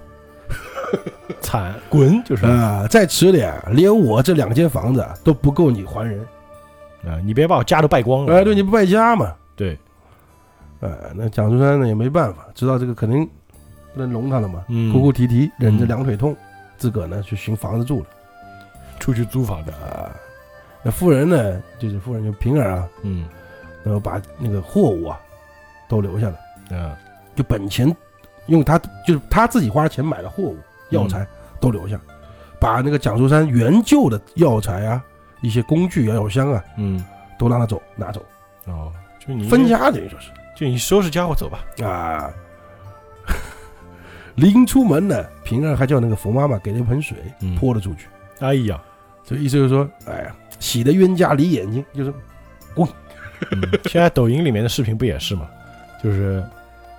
惨，滚就是啊，啊，再迟点，连我这两间房子都不够你还人。啊你别把我家都败光了，哎，对，你不败家嘛？嗯对，呃，那蒋中山呢也没办法，知道这个肯定不能容他了嘛，嗯哭哭啼啼，忍着两腿痛，自个儿呢去寻房子住了出去租房子，啊、那妇人呢，就是妇人就平儿啊，嗯然后把那个货物啊都留下了，嗯就本钱用他就是他自己花钱买的货物药嗯材都留下，把那个蒋中山原旧的药材啊、一些工具啊、药箱啊嗯，都让他走拿走，哦，就你分，家等于说是。就你收拾家伙走吧，啊。 临出门呢，平儿还叫那个冯妈妈给了一盆水嗯泼了出去，哎呀，这意思就是说，哎呀，洗的冤家离眼睛，就是嗯，现在抖音里面的视频不也是吗？就是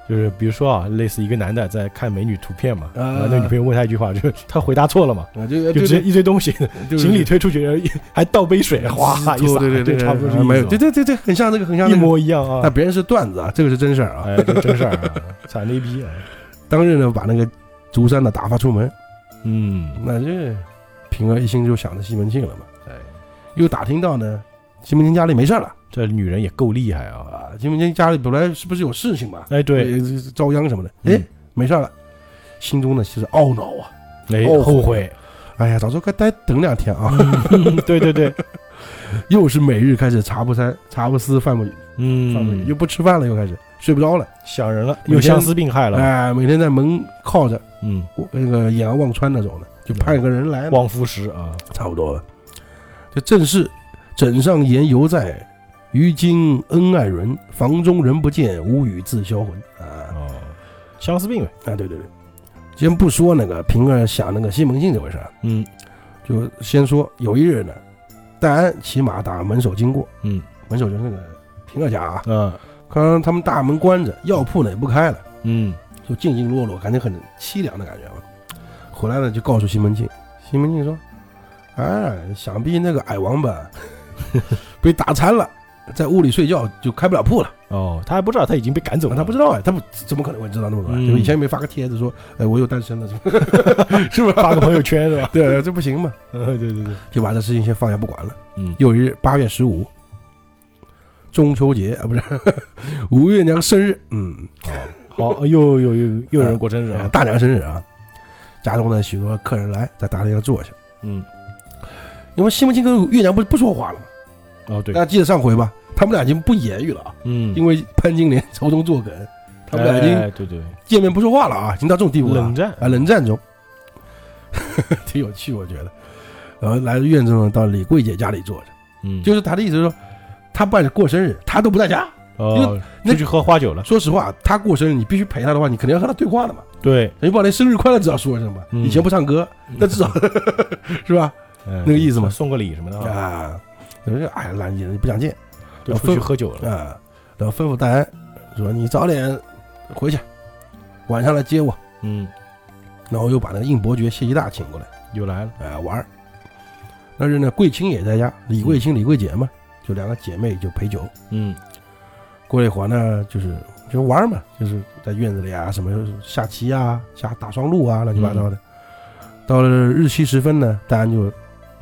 就是，比如说啊，类似一个男的在看美女图片嘛，啊然后那女朋友问他一句话，就是他回答错了嘛，啊，就就直接一堆东西，就行李推出去，然后一还倒杯水，哗一呃对洒，对对，这差不多是啊没有，这对对对对，很像这个，很像一那个。模一样啊但。别人是段子啊，这个是真事儿啊。哎，这真事儿啊，惨了一逼啊！当日呢，把那个竹山呢打发出门，嗯，那这平儿一心就想着西门庆了嘛，哎，又打听到呢，西门庆家里没事儿了这女人也够厉害啊！啊，西门庆家里本来是不是有事情嘛，哎，对，呃，遭殃什么的，哎，嗯没事儿了，心中呢其实懊恼啊，哎，后后悔悔， 哎呀，早知道该待等两天啊，嗯对对对， 又是每日开始茶不三茶不思饭不语， 饭不语、嗯又，不吃饭了，又开始睡不着了，想人了，每又天相思病害了，哎，每天在门靠着，嗯，我那个眼望穿那种的，就盼个人来了，望夫石啊，差不多了，就正是枕上言犹在，于今恩爱人，房中人不见，无语自销魂。啊哦，相思病呗。啊，对对对，先不说那个平儿想那个西门庆这回事啊，嗯就先说有一日呢，戴安骑马打门首经过，嗯门首就是那个平儿家啊，啊看到他们大门关着，药铺呢也不开了，嗯就静静落落，感觉很凄凉的感觉啊。回来呢就告诉西门庆，西门庆说：“哎，想必那个矮王八 被打残了，在屋里睡觉就开不了铺了。”哦，他还不知道他已经被赶走了，他不知道哎，他不怎么可能会知道那么多？啊嗯就以前没发个帖子说，哎，我又单身了，是 吧？发个朋友圈是吧？对，这不行嘛，对对对，就把这事情先放下不管了。嗯又一日，八月十五，中秋节啊，不是 吴月娘生日，嗯，哦好，又又又又有人过生日呃啊，大娘生日啊。家中呢，许多客人来，在大堂上坐下。嗯因为西门庆跟月娘不不说话了嘛，哦对大，家记得上回吧？他们俩已经不言语了啊，嗯，因为潘金莲从中作梗，他们俩已经哎对对见面不说话了啊，已经到这种地步了啊。冷战啊，冷战中， 挺有趣，我觉得。然后来了院子呢，到李桂姐家里坐着，嗯就是他的意思是说，他不管是过生日，他都不在家。哦那出去喝花酒了，说实话，他过生日你必须陪他的话，你肯定要和他对话的嘛，对，等于把连生日快乐至少说一声吧。嗯以前不唱歌，那至少 是吧？那那个意思嘛哎送个礼什么的啊，啊，有人说哎，懒人不想见就啊出去分喝酒了，啊，然后吩咐戴安说你早点回去，晚上来接我。嗯，然后又把那个应伯爵谢希大请过来。又来了，呃玩儿。那日呢，桂清也在家，李桂清、李桂姐嘛，就两个姐妹就陪酒。嗯过了一会儿呢，就是就玩儿嘛，就是在院子里啊，什么下棋啊、下打双陆啊，乱七八糟的。到了日期时分呢，戴安就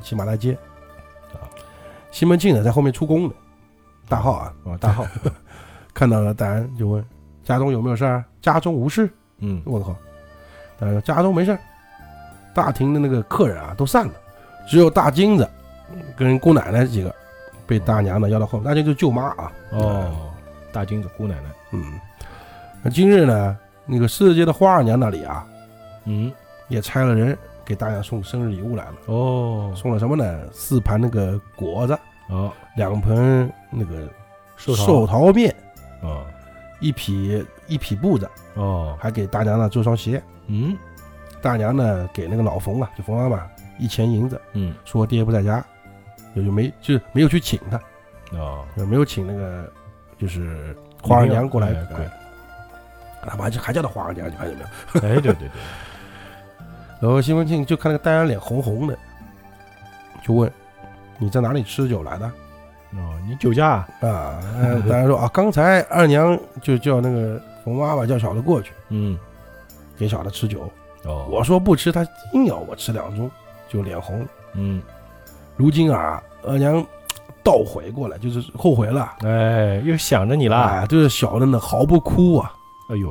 骑马来接。啊西门庆呢在后面出宫呢，大号啊哦 大号看到了戴安就问：“家中有没有事儿啊？”“家中无事。”嗯问号。大家说家中没事儿，大厅的那个客人啊都散了，只有大金子跟姑奶奶几个被大娘呢邀到后面，大家就舅妈啊。哦，大金子姑奶奶，嗯，那今日呢，那个世界的花二娘那里啊嗯也差了人给大娘送生日礼物来了，哦送了什么呢？四盘那个果子，哦，两盆那个寿寿桃面，哦一匹一匹布子，哦还给大娘呢做双鞋。嗯大娘呢给那个老冯啊，就冯妈妈一钱银子。嗯说爹不在家，也就没就是没有去请他，哦， 也没有请那个就是花儿娘过来。哎对他妈就还叫他花儿娘，你发现没有？哎对对对，然后西门庆就看那个戴安脸红红的，就问你在哪里吃酒来的哦你酒驾啊， 啊？呃戴安说啊，刚才二娘就叫那个冯妈妈叫小的过去嗯给小的吃酒，哦我说不吃，他硬要我吃两盅，就脸红了。嗯如今啊，二娘倒悔过来，就是后悔了。哎又想着你啦，啊，这个小的呢毫不哭啊，哎呦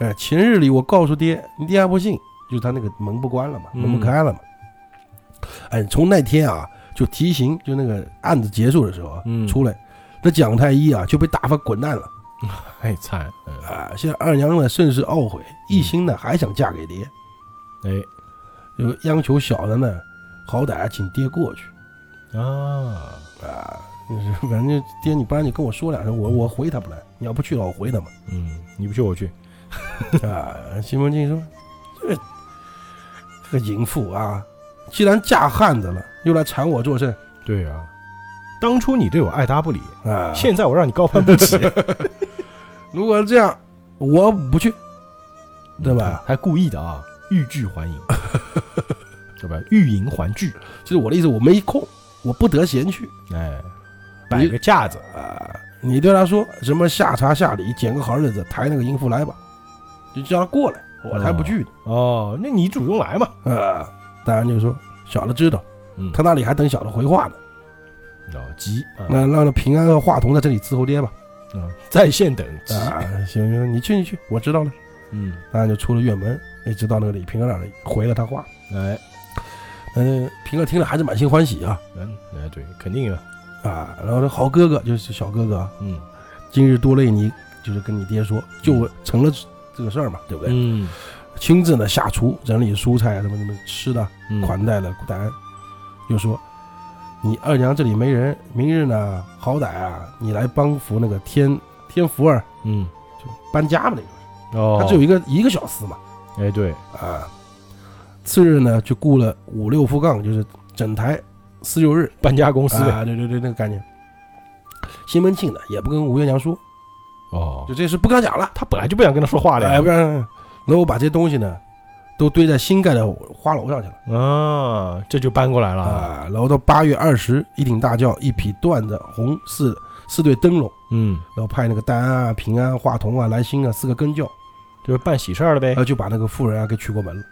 哎，前日里我告诉爹，你爹还不信，就是他那个门不关了嘛，嗯门不开了嘛。哎，从那天啊，就提刑，就那个案子结束的时候啊，嗯出来，那蒋太医啊就被打发滚蛋了太惨，嗯啊。现在二娘呢甚是懊悔，一心呢还想嫁给爹，哎就央求小的呢，好歹请爹过去啊啊。就是反正就爹，你不然你跟我说两声，我我回他不来，你要不去了我回他嘛。嗯你不去我去，啊，西门庆说：“这个这个淫妇啊，既然嫁汉子了，又来缠我作甚对啊，当初你对我爱答不理，啊？现在我让你高攀不 起，如果这样，我不去，对吧？还故意的啊，欲拒还 迎，对吧？欲迎还拒，就是我的意思，我没空，我不得闲去哎，摆个架子，啊。你对他说什么下茶下礼，捡个好日子，抬那个淫妇来吧，就叫他过来，我才不去呢。哦，那你主动来嘛，啊，当然就说小的知道，嗯他那里还等小的回话呢，老急啊，那让那平安和华童在这里伺候爹吧。嗯在线等急，啊，行行，你去你去，我知道了。”嗯，当然就出了院门，一直到那个李平儿那里回了他话。哎，嗯，平儿听了还是满心欢喜啊嗯，哎，对，肯定啊，啊！然后说好哥哥就是小哥哥啊，嗯今日多累你，就是跟你爹说，就成了这个事儿嘛，对不对？嗯，亲自呢下厨整理蔬菜啊，什么什么吃的，嗯款待了戴安，又说你二娘这里没人，明日呢，好歹啊，你来帮扶那个天天福儿嗯，搬家吧，那就是哦，他只有一个一个小厮嘛，哎对，啊。次日呢，就雇了五六副杠，就是整台四六日搬家公司呗。啊，对对对，那个概念。西门庆呢，也不跟吴月娘说，哦，就这事不跟他讲了。他本来就不想跟他说话的哎，呀不。然，然后把这些东西呢，都堆在新盖的花楼上去了啊，这就搬过来了。啊。然后到八月二十，一顶大轿，一匹缎子红四四对灯笼，嗯，然后派那个丹安啊、平安、华童啊、兰心啊四个跟轿，就是办喜事儿了呗然。后就把那个妇人啊给哎娶过门了。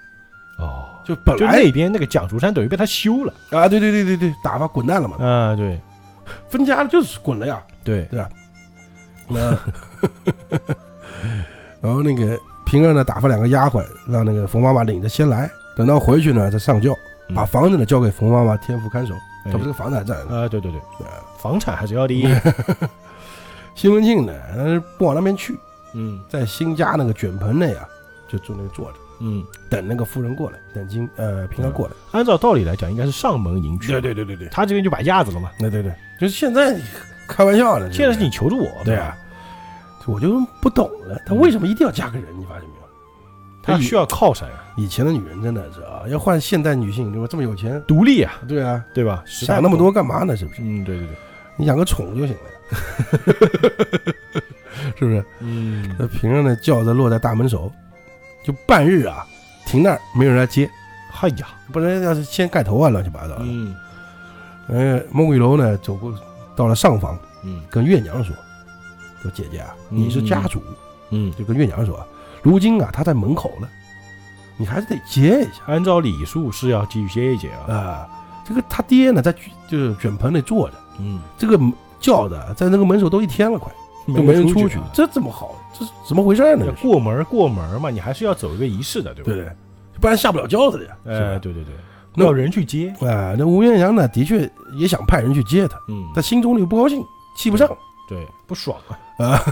哦，就本就来那边那个蒋竹山等于被他休了。啊，对对对对对，打发滚蛋了嘛，啊，对分家了就是滚了呀。对，那， 然后那个平儿呢，打发两个丫鬟，让那个冯妈妈领着先来，等到回去呢再上轿，嗯把房子呢交给冯妈妈天父看守。哎这不是个房子还在呢。啊，对对对啊，房产还是要的。西门庆呢，呃不往那边去，嗯在新家那个卷棚内啊，就坐那个坐着，嗯，等那个夫人过来，等金呃平儿过来。按照道理来讲，应该是上门迎娶。嗯对对对对，他这边就摆架子了嘛。那对对，就是现在你开玩笑呢。现在是这你个求着我，对啊，我就不懂了，她为什么一定要嫁个人？你发现没有？哎他需要靠山啊，以前的女人真的是啊，要换现代女性，对吧？这么有钱，独立啊，对啊，对吧？时代想那不么同，多干嘛呢？是不是？嗯，对对对，你养个宠物就行了 呀，是不是？嗯那平儿呢，轿子落在大门首，就半日啊，停那儿没有人来接，哎呀，不然要是掀盖头啊，乱七八糟的。嗯呃，孟玉楼呢，走过到了上房，嗯跟月娘说：“说姐姐啊，嗯你是家主，嗯，就跟月娘说啊，如今啊，她在门口了，你还是得接一下按照礼数是要继续接一接啊、啊，这个他爹呢，在卷就是卷棚里坐着，嗯，这个轿子啊在那个门首都一天了，快。”都没人出去，这怎么好？这是怎么回事呢？要啊过门儿过门儿嘛，你还是要走一个仪式的，对吧？对不对？不然下不了轿子的呀，是哎，吧？对对对，那要人去接，哎，那吴元阳呢，的确也想派人去接他，嗯，但心中里又不高兴，气不上对，不爽啊！啊。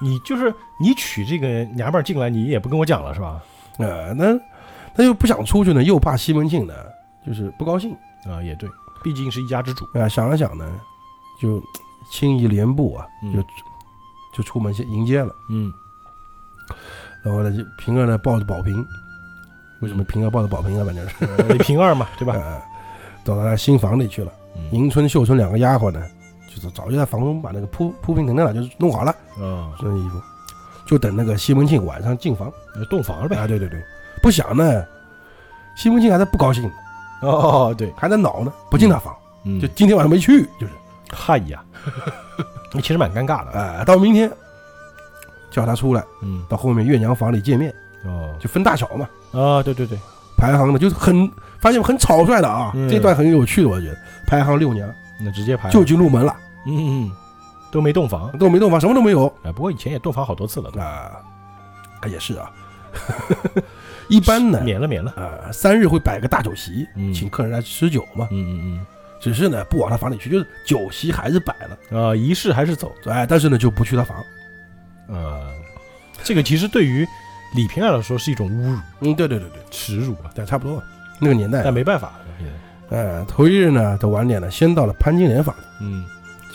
你就是你娶这个娘们儿进来，你也不跟我讲了是吧？啊，那他又不想出去呢，又怕西门庆呢，就是不高兴啊，也对，毕竟是一家之主，啊。想了想呢，就轻易连步啊，嗯就就出门先迎接了。嗯，然后呢，就平儿呢抱着宝瓶，为什么平儿抱着宝瓶啊？反正是呃平二嘛，对吧？啊，到他新房里去了。嗯，迎春、秀春两个丫鬟呢，就是早就在房中把那个铺铺平整的了，就是弄好了啊，这衣服，就等那个西门庆晚上进房。那洞房了呗。啊，对对对，不想呢，西门庆还在不高兴呢，哦，对，还在恼呢，不进他房，嗯就今天晚上没去，就是嗨 呀，啊那其实蛮尴尬的。啊、到明天叫他出来，嗯，到后面月娘房里见面，哦，就分大小嘛，啊，对对对，排行的，就是很发现很草率的啊，嗯这段很有趣的，我觉得排行六娘那直接排就已经入门了，嗯嗯，都没洞房。都没动房，什么都没有，哎，不过以前也洞房好多次了，啊，啊也是啊， 一般呢，免了免了。啊，三日会摆个大酒席，嗯请客人来吃酒嘛。嗯嗯只是呢，不往他房里去，就是酒席还是摆了，嗯，啊，仪式还是走。哎，但是呢就不去他房。呃，这个其实对于李瓶儿来说是一种侮辱、嗯，对对对对，耻辱啊，对，差不多那个年代但。没办法。哎，头一日呢，的晚点呢，先到了潘金莲房里，嗯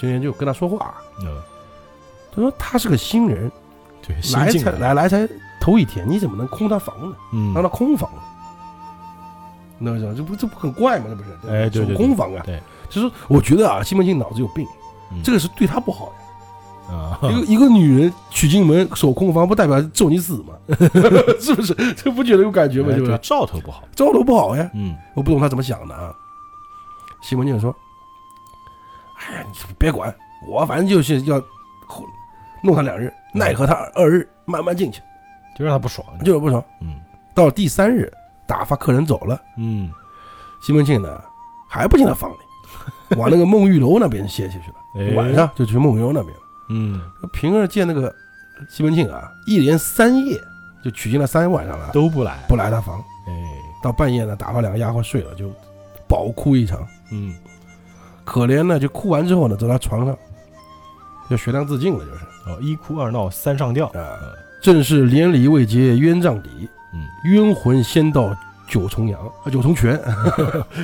金莲就跟他说话，嗯，他说他是个新人，对，新来进才来，来来才头一天，你怎么能空他房呢？嗯让，他空房呢？那个这不这不很怪吗？这不是？吧哎对对对手空房啊。对，就是我觉得啊，西门庆脑子有病，嗯这个是对他不好呀。啊，一个一个女人娶进门守空房，不代表咒你死吗？ 是不是？ 这不觉得有感觉吗？哎对不对对？兆头不好。招楼不好呀！嗯，我不懂他怎么想的啊。西门庆说：“哎呀，你别管我，反正就是要弄他两日，奈何他二日，慢慢进去，就让他不爽。就是不爽。嗯到第三日，打发客人走了，嗯，西门庆呢还不进他房里，往那个孟玉楼那边歇下去了。 哎晚上就去孟玉楼那边了。嗯平儿见那个西门庆啊，一连三夜就娶进了三晚上了，都不来。不来他房。哎，到半夜呢，打发两个丫鬟睡了，就饱哭一场。嗯可怜呢，就哭完之后呢，走到床上，就学量自尽了，就是哦，一哭二闹三上吊。啊、正是连理未结冤葬底，嗯冤魂先到九重阳啊，九重泉，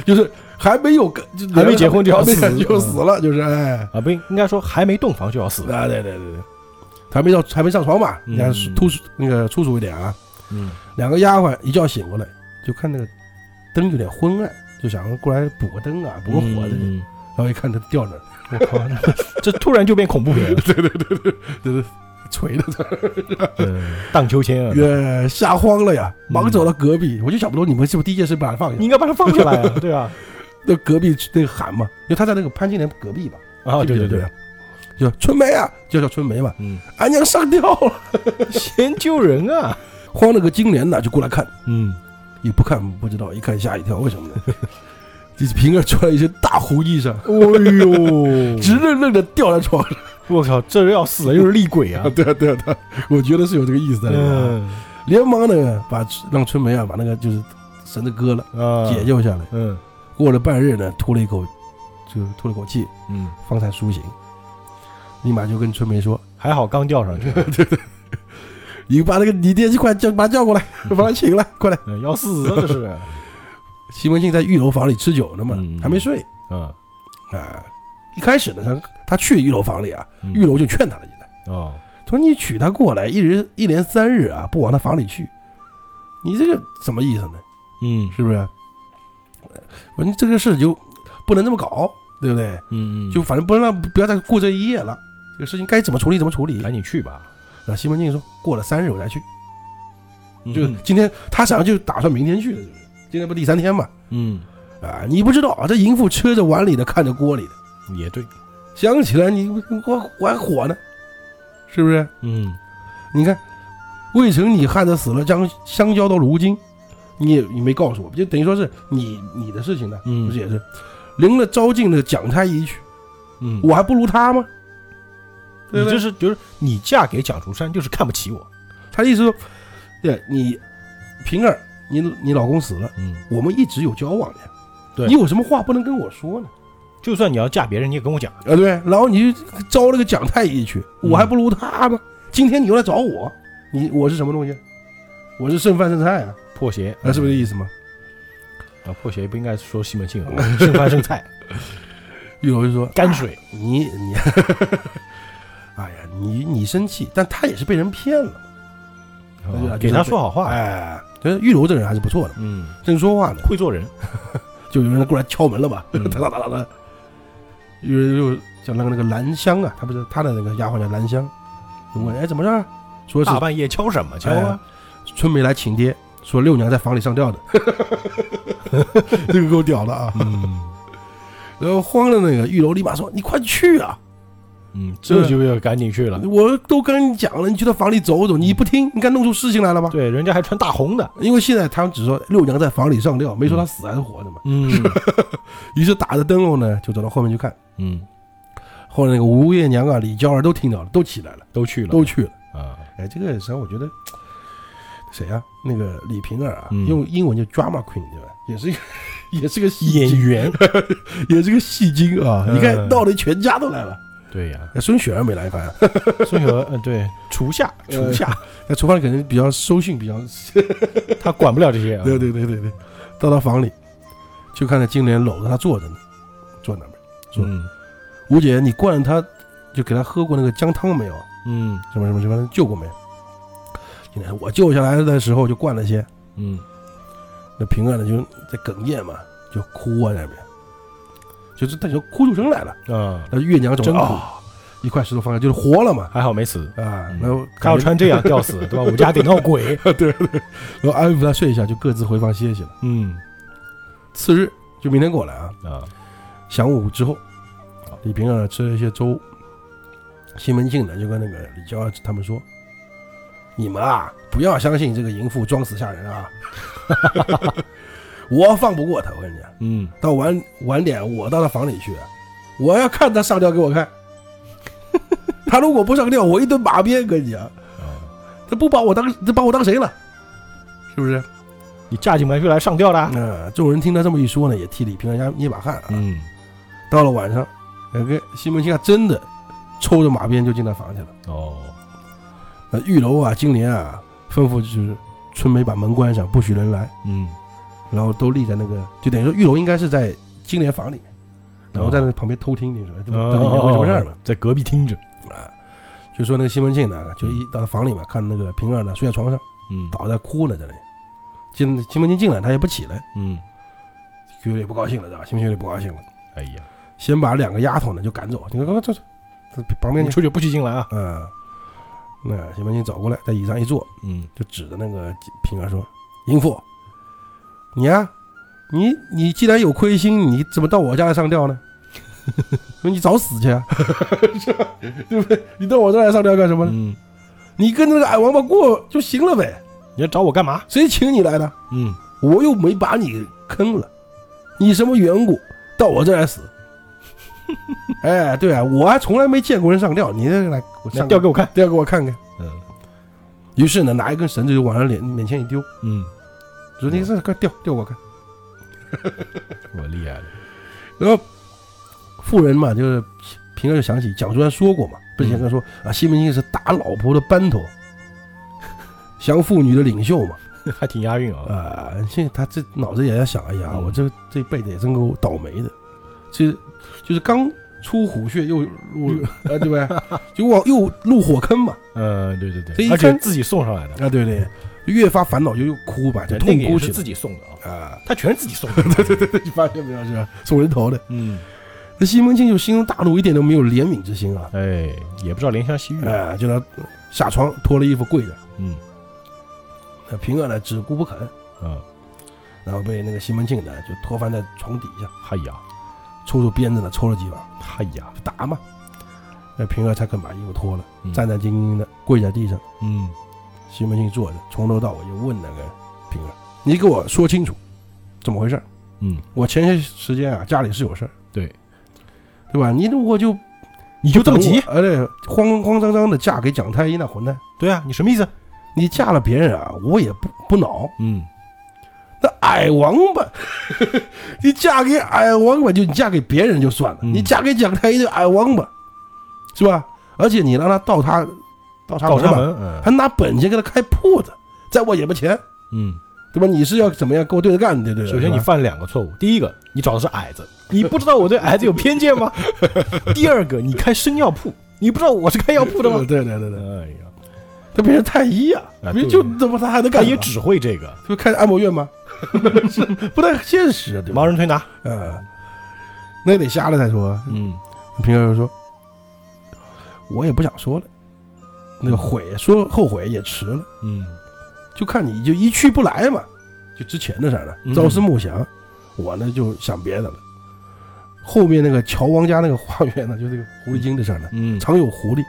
就是还没有跟，就还没结婚就要死嗯还没就死了，就是哎，啊，不应应该说还没洞房就要死。啊，对对对对，还没到还没上床嘛，嗯你看突出那个粗俗一点啊，嗯，两个丫鬟一觉醒过来，就看那个灯有点昏暗，就想过来补个灯啊，补个火的，嗯然后一看他掉那儿，我 靠，这突然就变恐怖片了。垂着嗯荡秋千啊，也吓慌了呀，嗯忙走到隔壁，我就想不通你们是不是第一件事把他放你下？应该把它放下来啊， 对吧？那隔壁那个喊嘛，因为他在那个潘金莲隔壁嘛，啊， 对记对不记得对，，就春梅啊，就叫春梅嘛，嗯，俺娘上吊了，先救人啊，慌了个金莲呐，就过来看，嗯，也不看不知道，一看吓一跳，为什 么呢？就是平儿穿了一身大红衣裳，哎呦 直愣愣的吊在床上。，我靠，这人要死了又是厉鬼啊对啊，对啊，对啊，我觉得是有这个 意思在里面啊。嗯连忙呢把让春梅啊把那个就是绳子割了，啊，解，救下来。嗯过了半日呢，吐了一口，就吐了口气，嗯，方才苏醒。立马就跟春梅说还好刚吊上 去，：“你把那个你爹去快叫，把他叫过来，把他请来，快来。嗯要死了这是，西门庆在玉楼房里吃酒呢嘛嗯，还没睡啊， 啊。一开始呢，他他去玉楼房里啊，嗯玉楼就劝他了，现在哦，说你娶她过来，一日一连三日啊，不往他房里去，你这个什么意思呢？嗯是不是？我说你这个事就不能这么搞，对不对？嗯嗯，就反正不能让不要再过这一夜了，这个事情该怎么处理怎么处理。赶紧去吧，啊，西门庆说过了三日我再去，就嗯今天他想就打算明天去的，就是今天不第三天嘛。嗯，啊，你不知道啊，这淫妇吃着碗里的，看着锅里的，也对，想起来你我我还火呢，是不是？嗯你看，未曾你害得死了，将相交到如今，你也你没告诉我，就等于说是你你的事情呢，嗯不是也是，临了招进的蒋太医去，嗯，我还不如他吗？对你不这对？是就是你嫁给蒋竹山就是看不起我，他的意思说，对你平儿，你你老公死了，嗯，我们一直有交往的呀，对你有什么话不能跟我说呢？就算你要嫁别人，你也跟我讲，啊，对，然后你就招了个蒋太医去，我嗯还不如他吗？今天你又来找我，你我是什么东西？我是剩饭剩菜啊，破鞋，啊，是不是这意思吗？啊，破鞋不应该说西门庆啊， 剩饭剩菜，玉楼就说，啊泔水，你你， 哎呀，你你生气，但他也是被人骗了。对啊嗯给他就是说好话，哎，觉得玉楼这人还是不错的，嗯，正说话呢，会做人，就有人过来敲门了嘛，嗯 哒哒哒哒哒。有人又叫那个那个兰香啊，他不是他的那个丫鬟叫兰香，就问哎怎么事儿？说是嗯大半夜敲什么敲啊？ 春梅来请爹，说六娘在房里上吊的， 这个够屌的啊！嗯然后慌了那个玉楼立马说你快去啊，嗯，这就要赶紧去了。我都跟你讲了，你去他房里走走，你不听，你看弄出事情来了吧？嗯对，人家还穿大红的，因为现在他们只说六娘在房里上吊，没说她死还是活着嘛。嗯于是打着灯笼呢，就走到后面去看。嗯，后来那个吴月娘啊、李娇儿都听到了，都起来了，都去了，都去了。啊，哎，这个时候我觉得，谁啊？那个李瓶儿啊，嗯用英文叫 drama queen 对吧？也是一个， 也是个戏演精，员，也是个戏精啊！嗯你看闹得全家都来了。 对呀，哎孙雪儿没来， 嗯反正孙雪儿，嗯，对，厨下，厨下，在厨房里可能比较收讯，比较 他管不了这 些啊，对对对对对。到他房里，就看到金莲搂着他坐着呢，坐那边。对嗯吴姐，你灌他，就给他喝过那个姜汤没有？嗯什么什么什么救过没？今天我救下来的时候就灌了些，嗯那平儿呢就在哽咽嘛，就哭啊那边，就是他就哭出声来了。啊，那月娘走真了苦啊，一块石头放下就是活了嘛还好没死，啊嗯，然后他要穿这样 吊死，对吧？我家得闹鬼，然后安抚他睡一下，就各自回房歇息了。 嗯次日就明天过来啊，啊，晌午之后，李瓶儿吃了一些粥。西门庆呢就跟那个李娇儿他们说：“你们啊，不要相信这个淫妇装死吓人 啊！我放不过他，我跟你讲，嗯到晚晚点我到他房里去，啊我要看他上吊给我 看。他如果不上吊，我一顿马鞭，跟你讲，啊，他不把我当这把我当谁了？是不是？你嫁进门就来上吊啊那、啦，啊众人听他这么一说呢，也替李瓶儿压一把汗啊。嗯到了晚上，那个西门庆啊，真的抽着马鞭就进他房去了。哦，那玉楼啊，金莲啊，吩咐就是春梅把门关上，不许人来。嗯然后都立在那个，就等于说玉龙应该是在金莲房里面，然后在那旁边偷听，你说哎这哦到底有没有什么事儿嘛？在隔壁听着，就说那个西门庆呢，就一到房里面看那个平儿呢睡在床上嗯倒在哭了在那里，进西门庆进来他也不起来，嗯，就有点不高兴了，对吧？西门庆有点不高兴了，哎呀，先把两个丫头呢就哦赶走，你看，快快走，走走旁边你去，出去不许进来啊，嗯，那西门庆走过来，在椅上一坐，嗯就指着那个平儿说：“淫妇，你呀、你你既然有亏心，你怎么到我家来上吊呢？ 说你早死去啊， 对不对？你到我这来上吊干什么呢？嗯，你跟那个矮王八过就行了呗，你要找我干嘛？谁请你来的？嗯，我又没把你坑了，你什么缘故到我这来死？ 哎，对啊，我还从来没见过人上吊，你这个来给我来上钓给我看，吊给我看看。嗯于是呢，拿一根绳子就往他脸面前一丢，嗯，说：“你这快吊吊我看。”嗯我厉害了，然后妇人嘛，就是平儿就想起蒋叔安说过嘛，不是蒋叔安说、嗯啊，西门庆是打老婆的班头，降妇女的领袖嘛。 还挺押韵啊，啊、现在他这脑子也在想，哎呀，嗯我这这辈子也真够倒霉的，这就是刚出虎穴又入啊、对不对？就往又入火坑嘛，嗯，对对这对，一而且看自己送上来的，啊，对不对？越发烦恼就又哭吧，就那痛个也哭是起自己送的啊，来啊。 他全是自己送的，你发现没有，是吧？送人头的。嗯，那西门庆就心中大怒，一点都没有怜悯之心啊。哎，也不知道怜香惜玉，啊哎、就他下床脱了衣服跪着。嗯那平儿呢只顾不肯，嗯，然后被那个西门庆呢就拖翻在床底下，嗨呀，抽出鞭子呢抽了几把，嗨呀，就打嘛。那平儿才肯把衣服脱了，嗯战战兢兢的跪在地上。嗯西门庆坐着，从头到尾就问那个平儿：“你给我说清楚，怎么回事儿？嗯，我前些时间啊家里是有事儿，对，对吧？你如果就你就这么急？而且哎慌慌张张的嫁给蒋太医那混蛋，对啊，你什么意思？你嫁了别人啊，我也不不恼。”嗯，那矮王八， 你嫁给矮王八就你嫁给别人就算了，嗯你嫁给蒋太医的矮王八，是吧？而且你让他倒他倒插倒插门吧，门，嗯还拿本钱给他开铺子，在我眼巴前，嗯。对吧？你是要怎么样跟我对着干，对不对？首先，你是吧犯两个错误。第一个，你找的是矮 子，你不知道我对矮子有偏见吗？第二个，你开生药铺，你不知道我是开药铺的吗？对对对对，哎呀，他变成太医啊，啊别对就怎么他还能他干也什么？只会这个就开按摩院 吗？是不太现实啊，对吧？盲人推拿。嗯，那得瞎了才说啊。嗯平儿就说：“我也不想说了，那个悔说后悔也迟了，嗯就看你就一去不来嘛，就之前的事儿了，嗯朝思暮想。我呢就想别的了。后面那个乔王家那个花园呢，就这个狐狸精的事儿呢，嗯，常有狐狸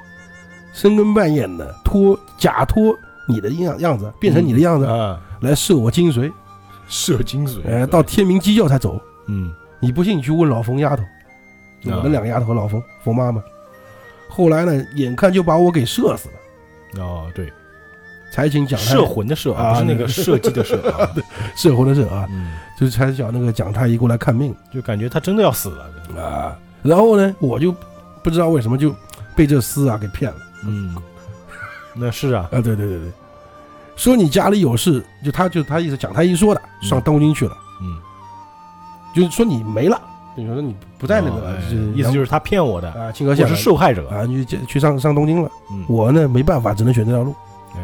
深更半夜的脱假脱你的样样子，变成你的样子、啊，来摄我精髓，射精髓。哎，到天明鸡叫才走。嗯你不信，你去问老冯丫头，就我的啊两个丫头和老冯冯妈妈。后来呢，眼看就把我给射死了，哦对，才请蒋太摄魂的摄，啊不是那个射击的射 啊。射魂的射啊，嗯，就是才叫那个蒋太医过来看病就感觉他真的要死了。啊。然后呢，我就不知道为什么就被这厮啊给骗了嗯，那是啊。啊！对对对对，说你家里有事，就他就他意思，蒋太医说的，嗯上东京去了，嗯，就是说你没了，就说你不在那个，哦哎就是意思就是他骗我的，啊，清河我县是了受害者。啊，你去去上上东京了。嗯，我呢没办法，只能选这条路。哎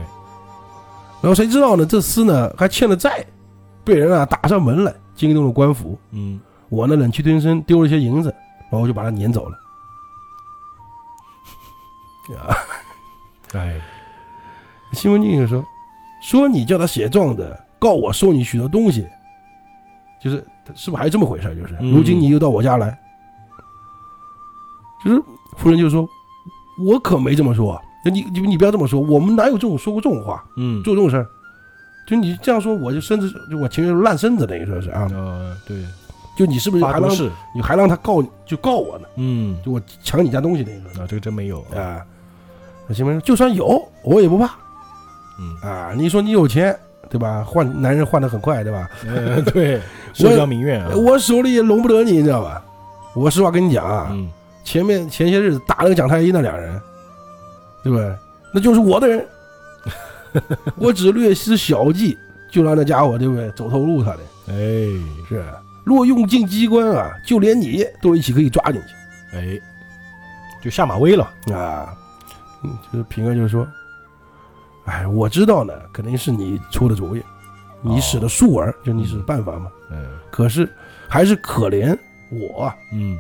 然后谁知道呢？这厮呢还欠了债，被人啊打上门来，惊动了官府。嗯，我呢忍气吞声，丢了些银子，然后就把他撵走了。啊，哎，西门庆就说：“说你叫他写状的，告我收你许多东西，就是是不是还这么回事儿？就是嗯如今你又到我家来，就是夫人就说，我可没这么说啊，你你你不要这么说，我们哪有这种说过这种话？”嗯，做这种事儿，就你这样说，我就身子就我情愿烂身子，等于说是啊，呃，对，就你是不是发还毒让誓。你还让他告你就告我呢？嗯，就我抢你家东西，等于说啊，这个真没有是。啊。那西门庆就算有，我也不怕 嗯，啊。你说你有钱，对吧？换男人换的很快，对吧？呃对，社交民怨啊。我手里也容不得你，你知道吧？我实话跟你讲啊，嗯前面前些日子打那个蒋太医那两人，对不对？那就是我 的人，我只略施小计，就让那家伙对不对走投无路他的。哎是，若用尽机关啊，就连你都一起可以抓进去哎，就下马威了。啊。嗯，就是平儿就说：“哎，我知道呢，肯定是你出的主意，你使的哦术儿，就你使的办法嘛。嗯可是还是可怜我啊，嗯，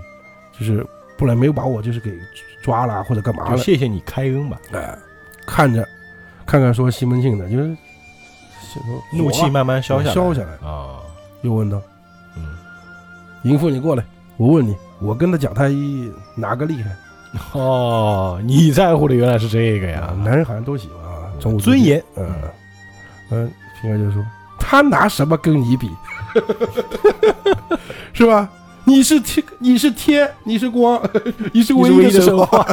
就是不然没有把我就是给抓了或者干嘛就了。谢谢你开恩吧。哎、看着看看说西门庆呢，就是心说怒气我啊慢慢消下来，消下来啊，又问道嗯，：“淫妇，你过来，我问你，我跟他讲太医哪个厉害？”哦，你在乎的原来是这个呀啊，，男人好像都喜欢啊，中午嗯尊。严，嗯嗯，平儿就说他拿什么跟你 比，是吧？你是天，你是天，你是光， 你是你唯是唯一的的神话，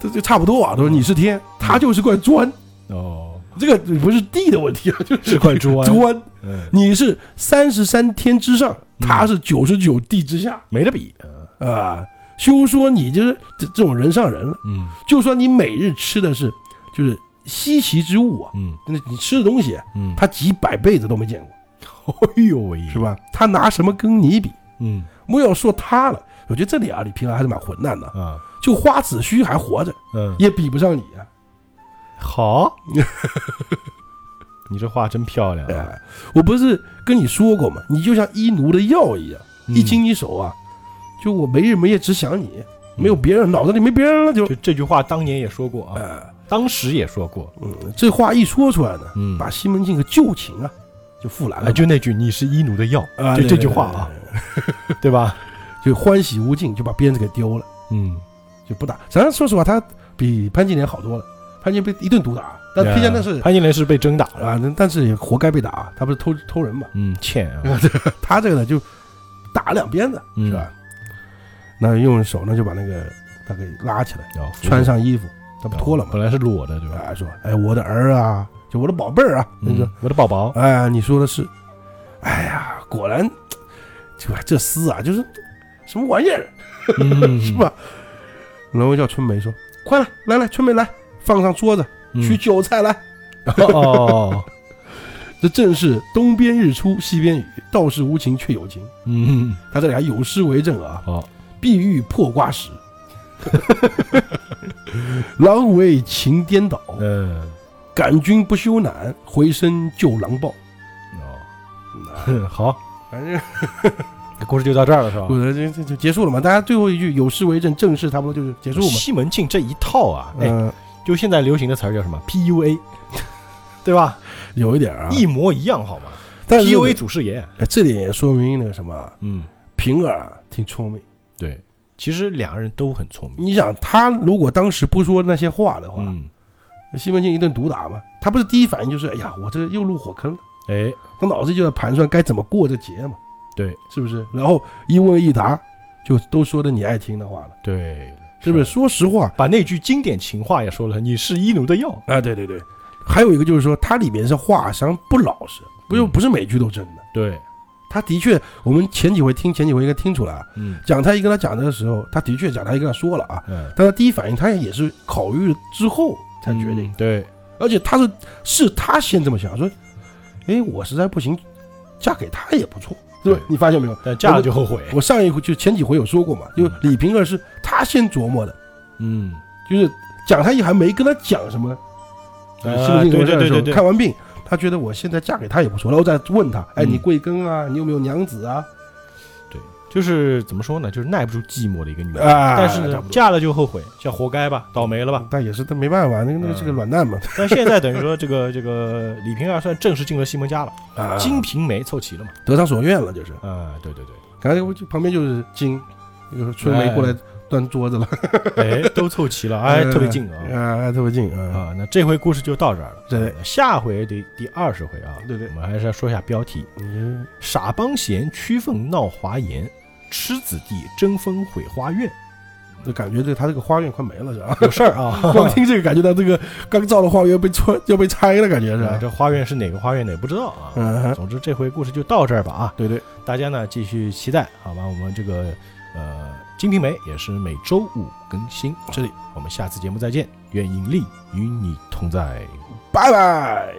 这就差不多啊。都说你是天，他就是块砖，哦，嗯这个不是地的问题 啊，就 是是块猪啊，砖。嗯嗯，你是三十三天之上，他是九十九地之下没得比，啊。休说你就是这这种人上人了，嗯就说你每日吃的是就是稀奇之物啊，嗯那你吃的东西，啊嗯，他几百辈子都没见过，哎呦喂，是吧？他拿什么跟你比？嗯莫要说他了，我觉得这里啊，李平儿还是蛮混蛋的。啊就花子虚还活着，嗯，也比不上你啊！好， 你这话真漂亮啊，哎，我不是跟你说过吗？你就像医奴的药一样，嗯一经你手啊，就我没日没夜只想你，没有别人，脑子里没别人了就。就这句话当年也说过啊，哎，当时也说过，嗯，这话一说出来呢，嗯把西门庆的旧情啊就复燃啊，了，就那句你是医奴的药，啊就对这句话啊，对吧？就欢喜无尽，就把鞭子给丢了。嗯，就不打。咱说实话，他比潘金莲好多了。潘金莲被一顿毒打，但潘金莲那是潘金莲是被针打了，啊，那但是也活该被打。他不是偷偷人嘛？嗯，欠啊，他这个呢就打两鞭子，嗯是吧？那用手呢就把那个他给拉起来，要穿上衣服，他不脱了本嘛？来是裸的，对吧？啊，说哎，我的儿啊，就我的宝贝儿啊，那个嗯，我的宝宝，哎，你说的是，哎呀，果然这这厮啊，就是什么玩意儿， 嗯，是吧？然后叫春梅说：“快来，来来，春梅来，放上桌子，嗯？取酒菜来。”哦，这正是东边日出西边雨，道是无晴却有晴。嗯，他这里还有诗为证啊，好，碧玉破瓜 时，郎为情颠倒，嗯，感君不羞赧，回身救狼豹。嗯哦， 好，反正这故事就到这儿了，是吧？我这这就结束了嘛，大家最后一句有诗为证，正是差不多就是结束嘛。西门庆这一套啊，哎，嗯，就现在流行的词儿叫什么 PUA，对吧？有一点啊，一模一样，好吗但是？PUA 祖师爷，哎这里也说明那个什么，嗯，平儿啊挺聪明。对，其实两个人都很聪明，你想，他如果当时不说那些话的话，嗯，西门庆一顿毒打嘛，他不是第一反应就是，哎呀，我这又入火坑了。哎，他脑子就在盘算该怎么过这节嘛，对，是不是？然后一问一答，就都说的你爱听的话了，对，是不是？？说实话把那句经典情话也说了，你是医奴的药，啊，对对对，还有一个就是说，它里面是话商不老实，不就嗯不是每句都真的。对，他的确，我们前几回听前几回应该听出来啊，嗯讲太医跟他讲的时候，他的确讲太医跟他说了啊，嗯，但他第一反应他也是考虑了之后才决定，嗯对，而且他是是他先这么想，说，哎，我实在不行，嫁给他也不错，对对？吧哎你发现没有？但嫁了就后悔，我上一回就前几回有说过嘛，就李瓶儿是他先琢磨的，嗯，就是蒋太医还没跟他讲什么啊呃心理对病对的对时候对，对，看完病，他觉得我现在嫁给他也不错，然后再问他，哎，嗯你贵庚啊？你有没有娘子啊？对，就是怎么说呢，就是耐不住寂寞的一个女人，啊但是差呢不，多嫁了就后悔，叫活该吧，倒霉了 吧。但也是他没办法，那个那个嗯是个软蛋嘛，但现在等于说，这个这个李瓶儿算正式进了西门家了，啊，金瓶梅凑齐了嘛？得偿所愿了，就是。啊，对对对，刚才我就旁边就是金，就是春梅过来端桌子了，哎，都凑齐 了，哎，特别近啊啊，特别近啊，啊！那这回故事就到这儿了，对，下回的第二十回啊，对对我们还是要说一下标题：嗯傻帮闲，屈凤闹华严，痴子弟争风毁花院。就感觉这他这个花园快没了是吧？！有事儿啊 光听这个感觉到这个刚造的花园被拆要被拆了，感觉是啊吧？这花院是哪个花院的也不知道啊。嗯，总之，这回故事就到这儿吧啊！对对，大家呢继续期待，好吧？我们这个呃《金瓶梅》也是每周五更新，这里我们下次节目再见，愿引力与你同在。拜拜。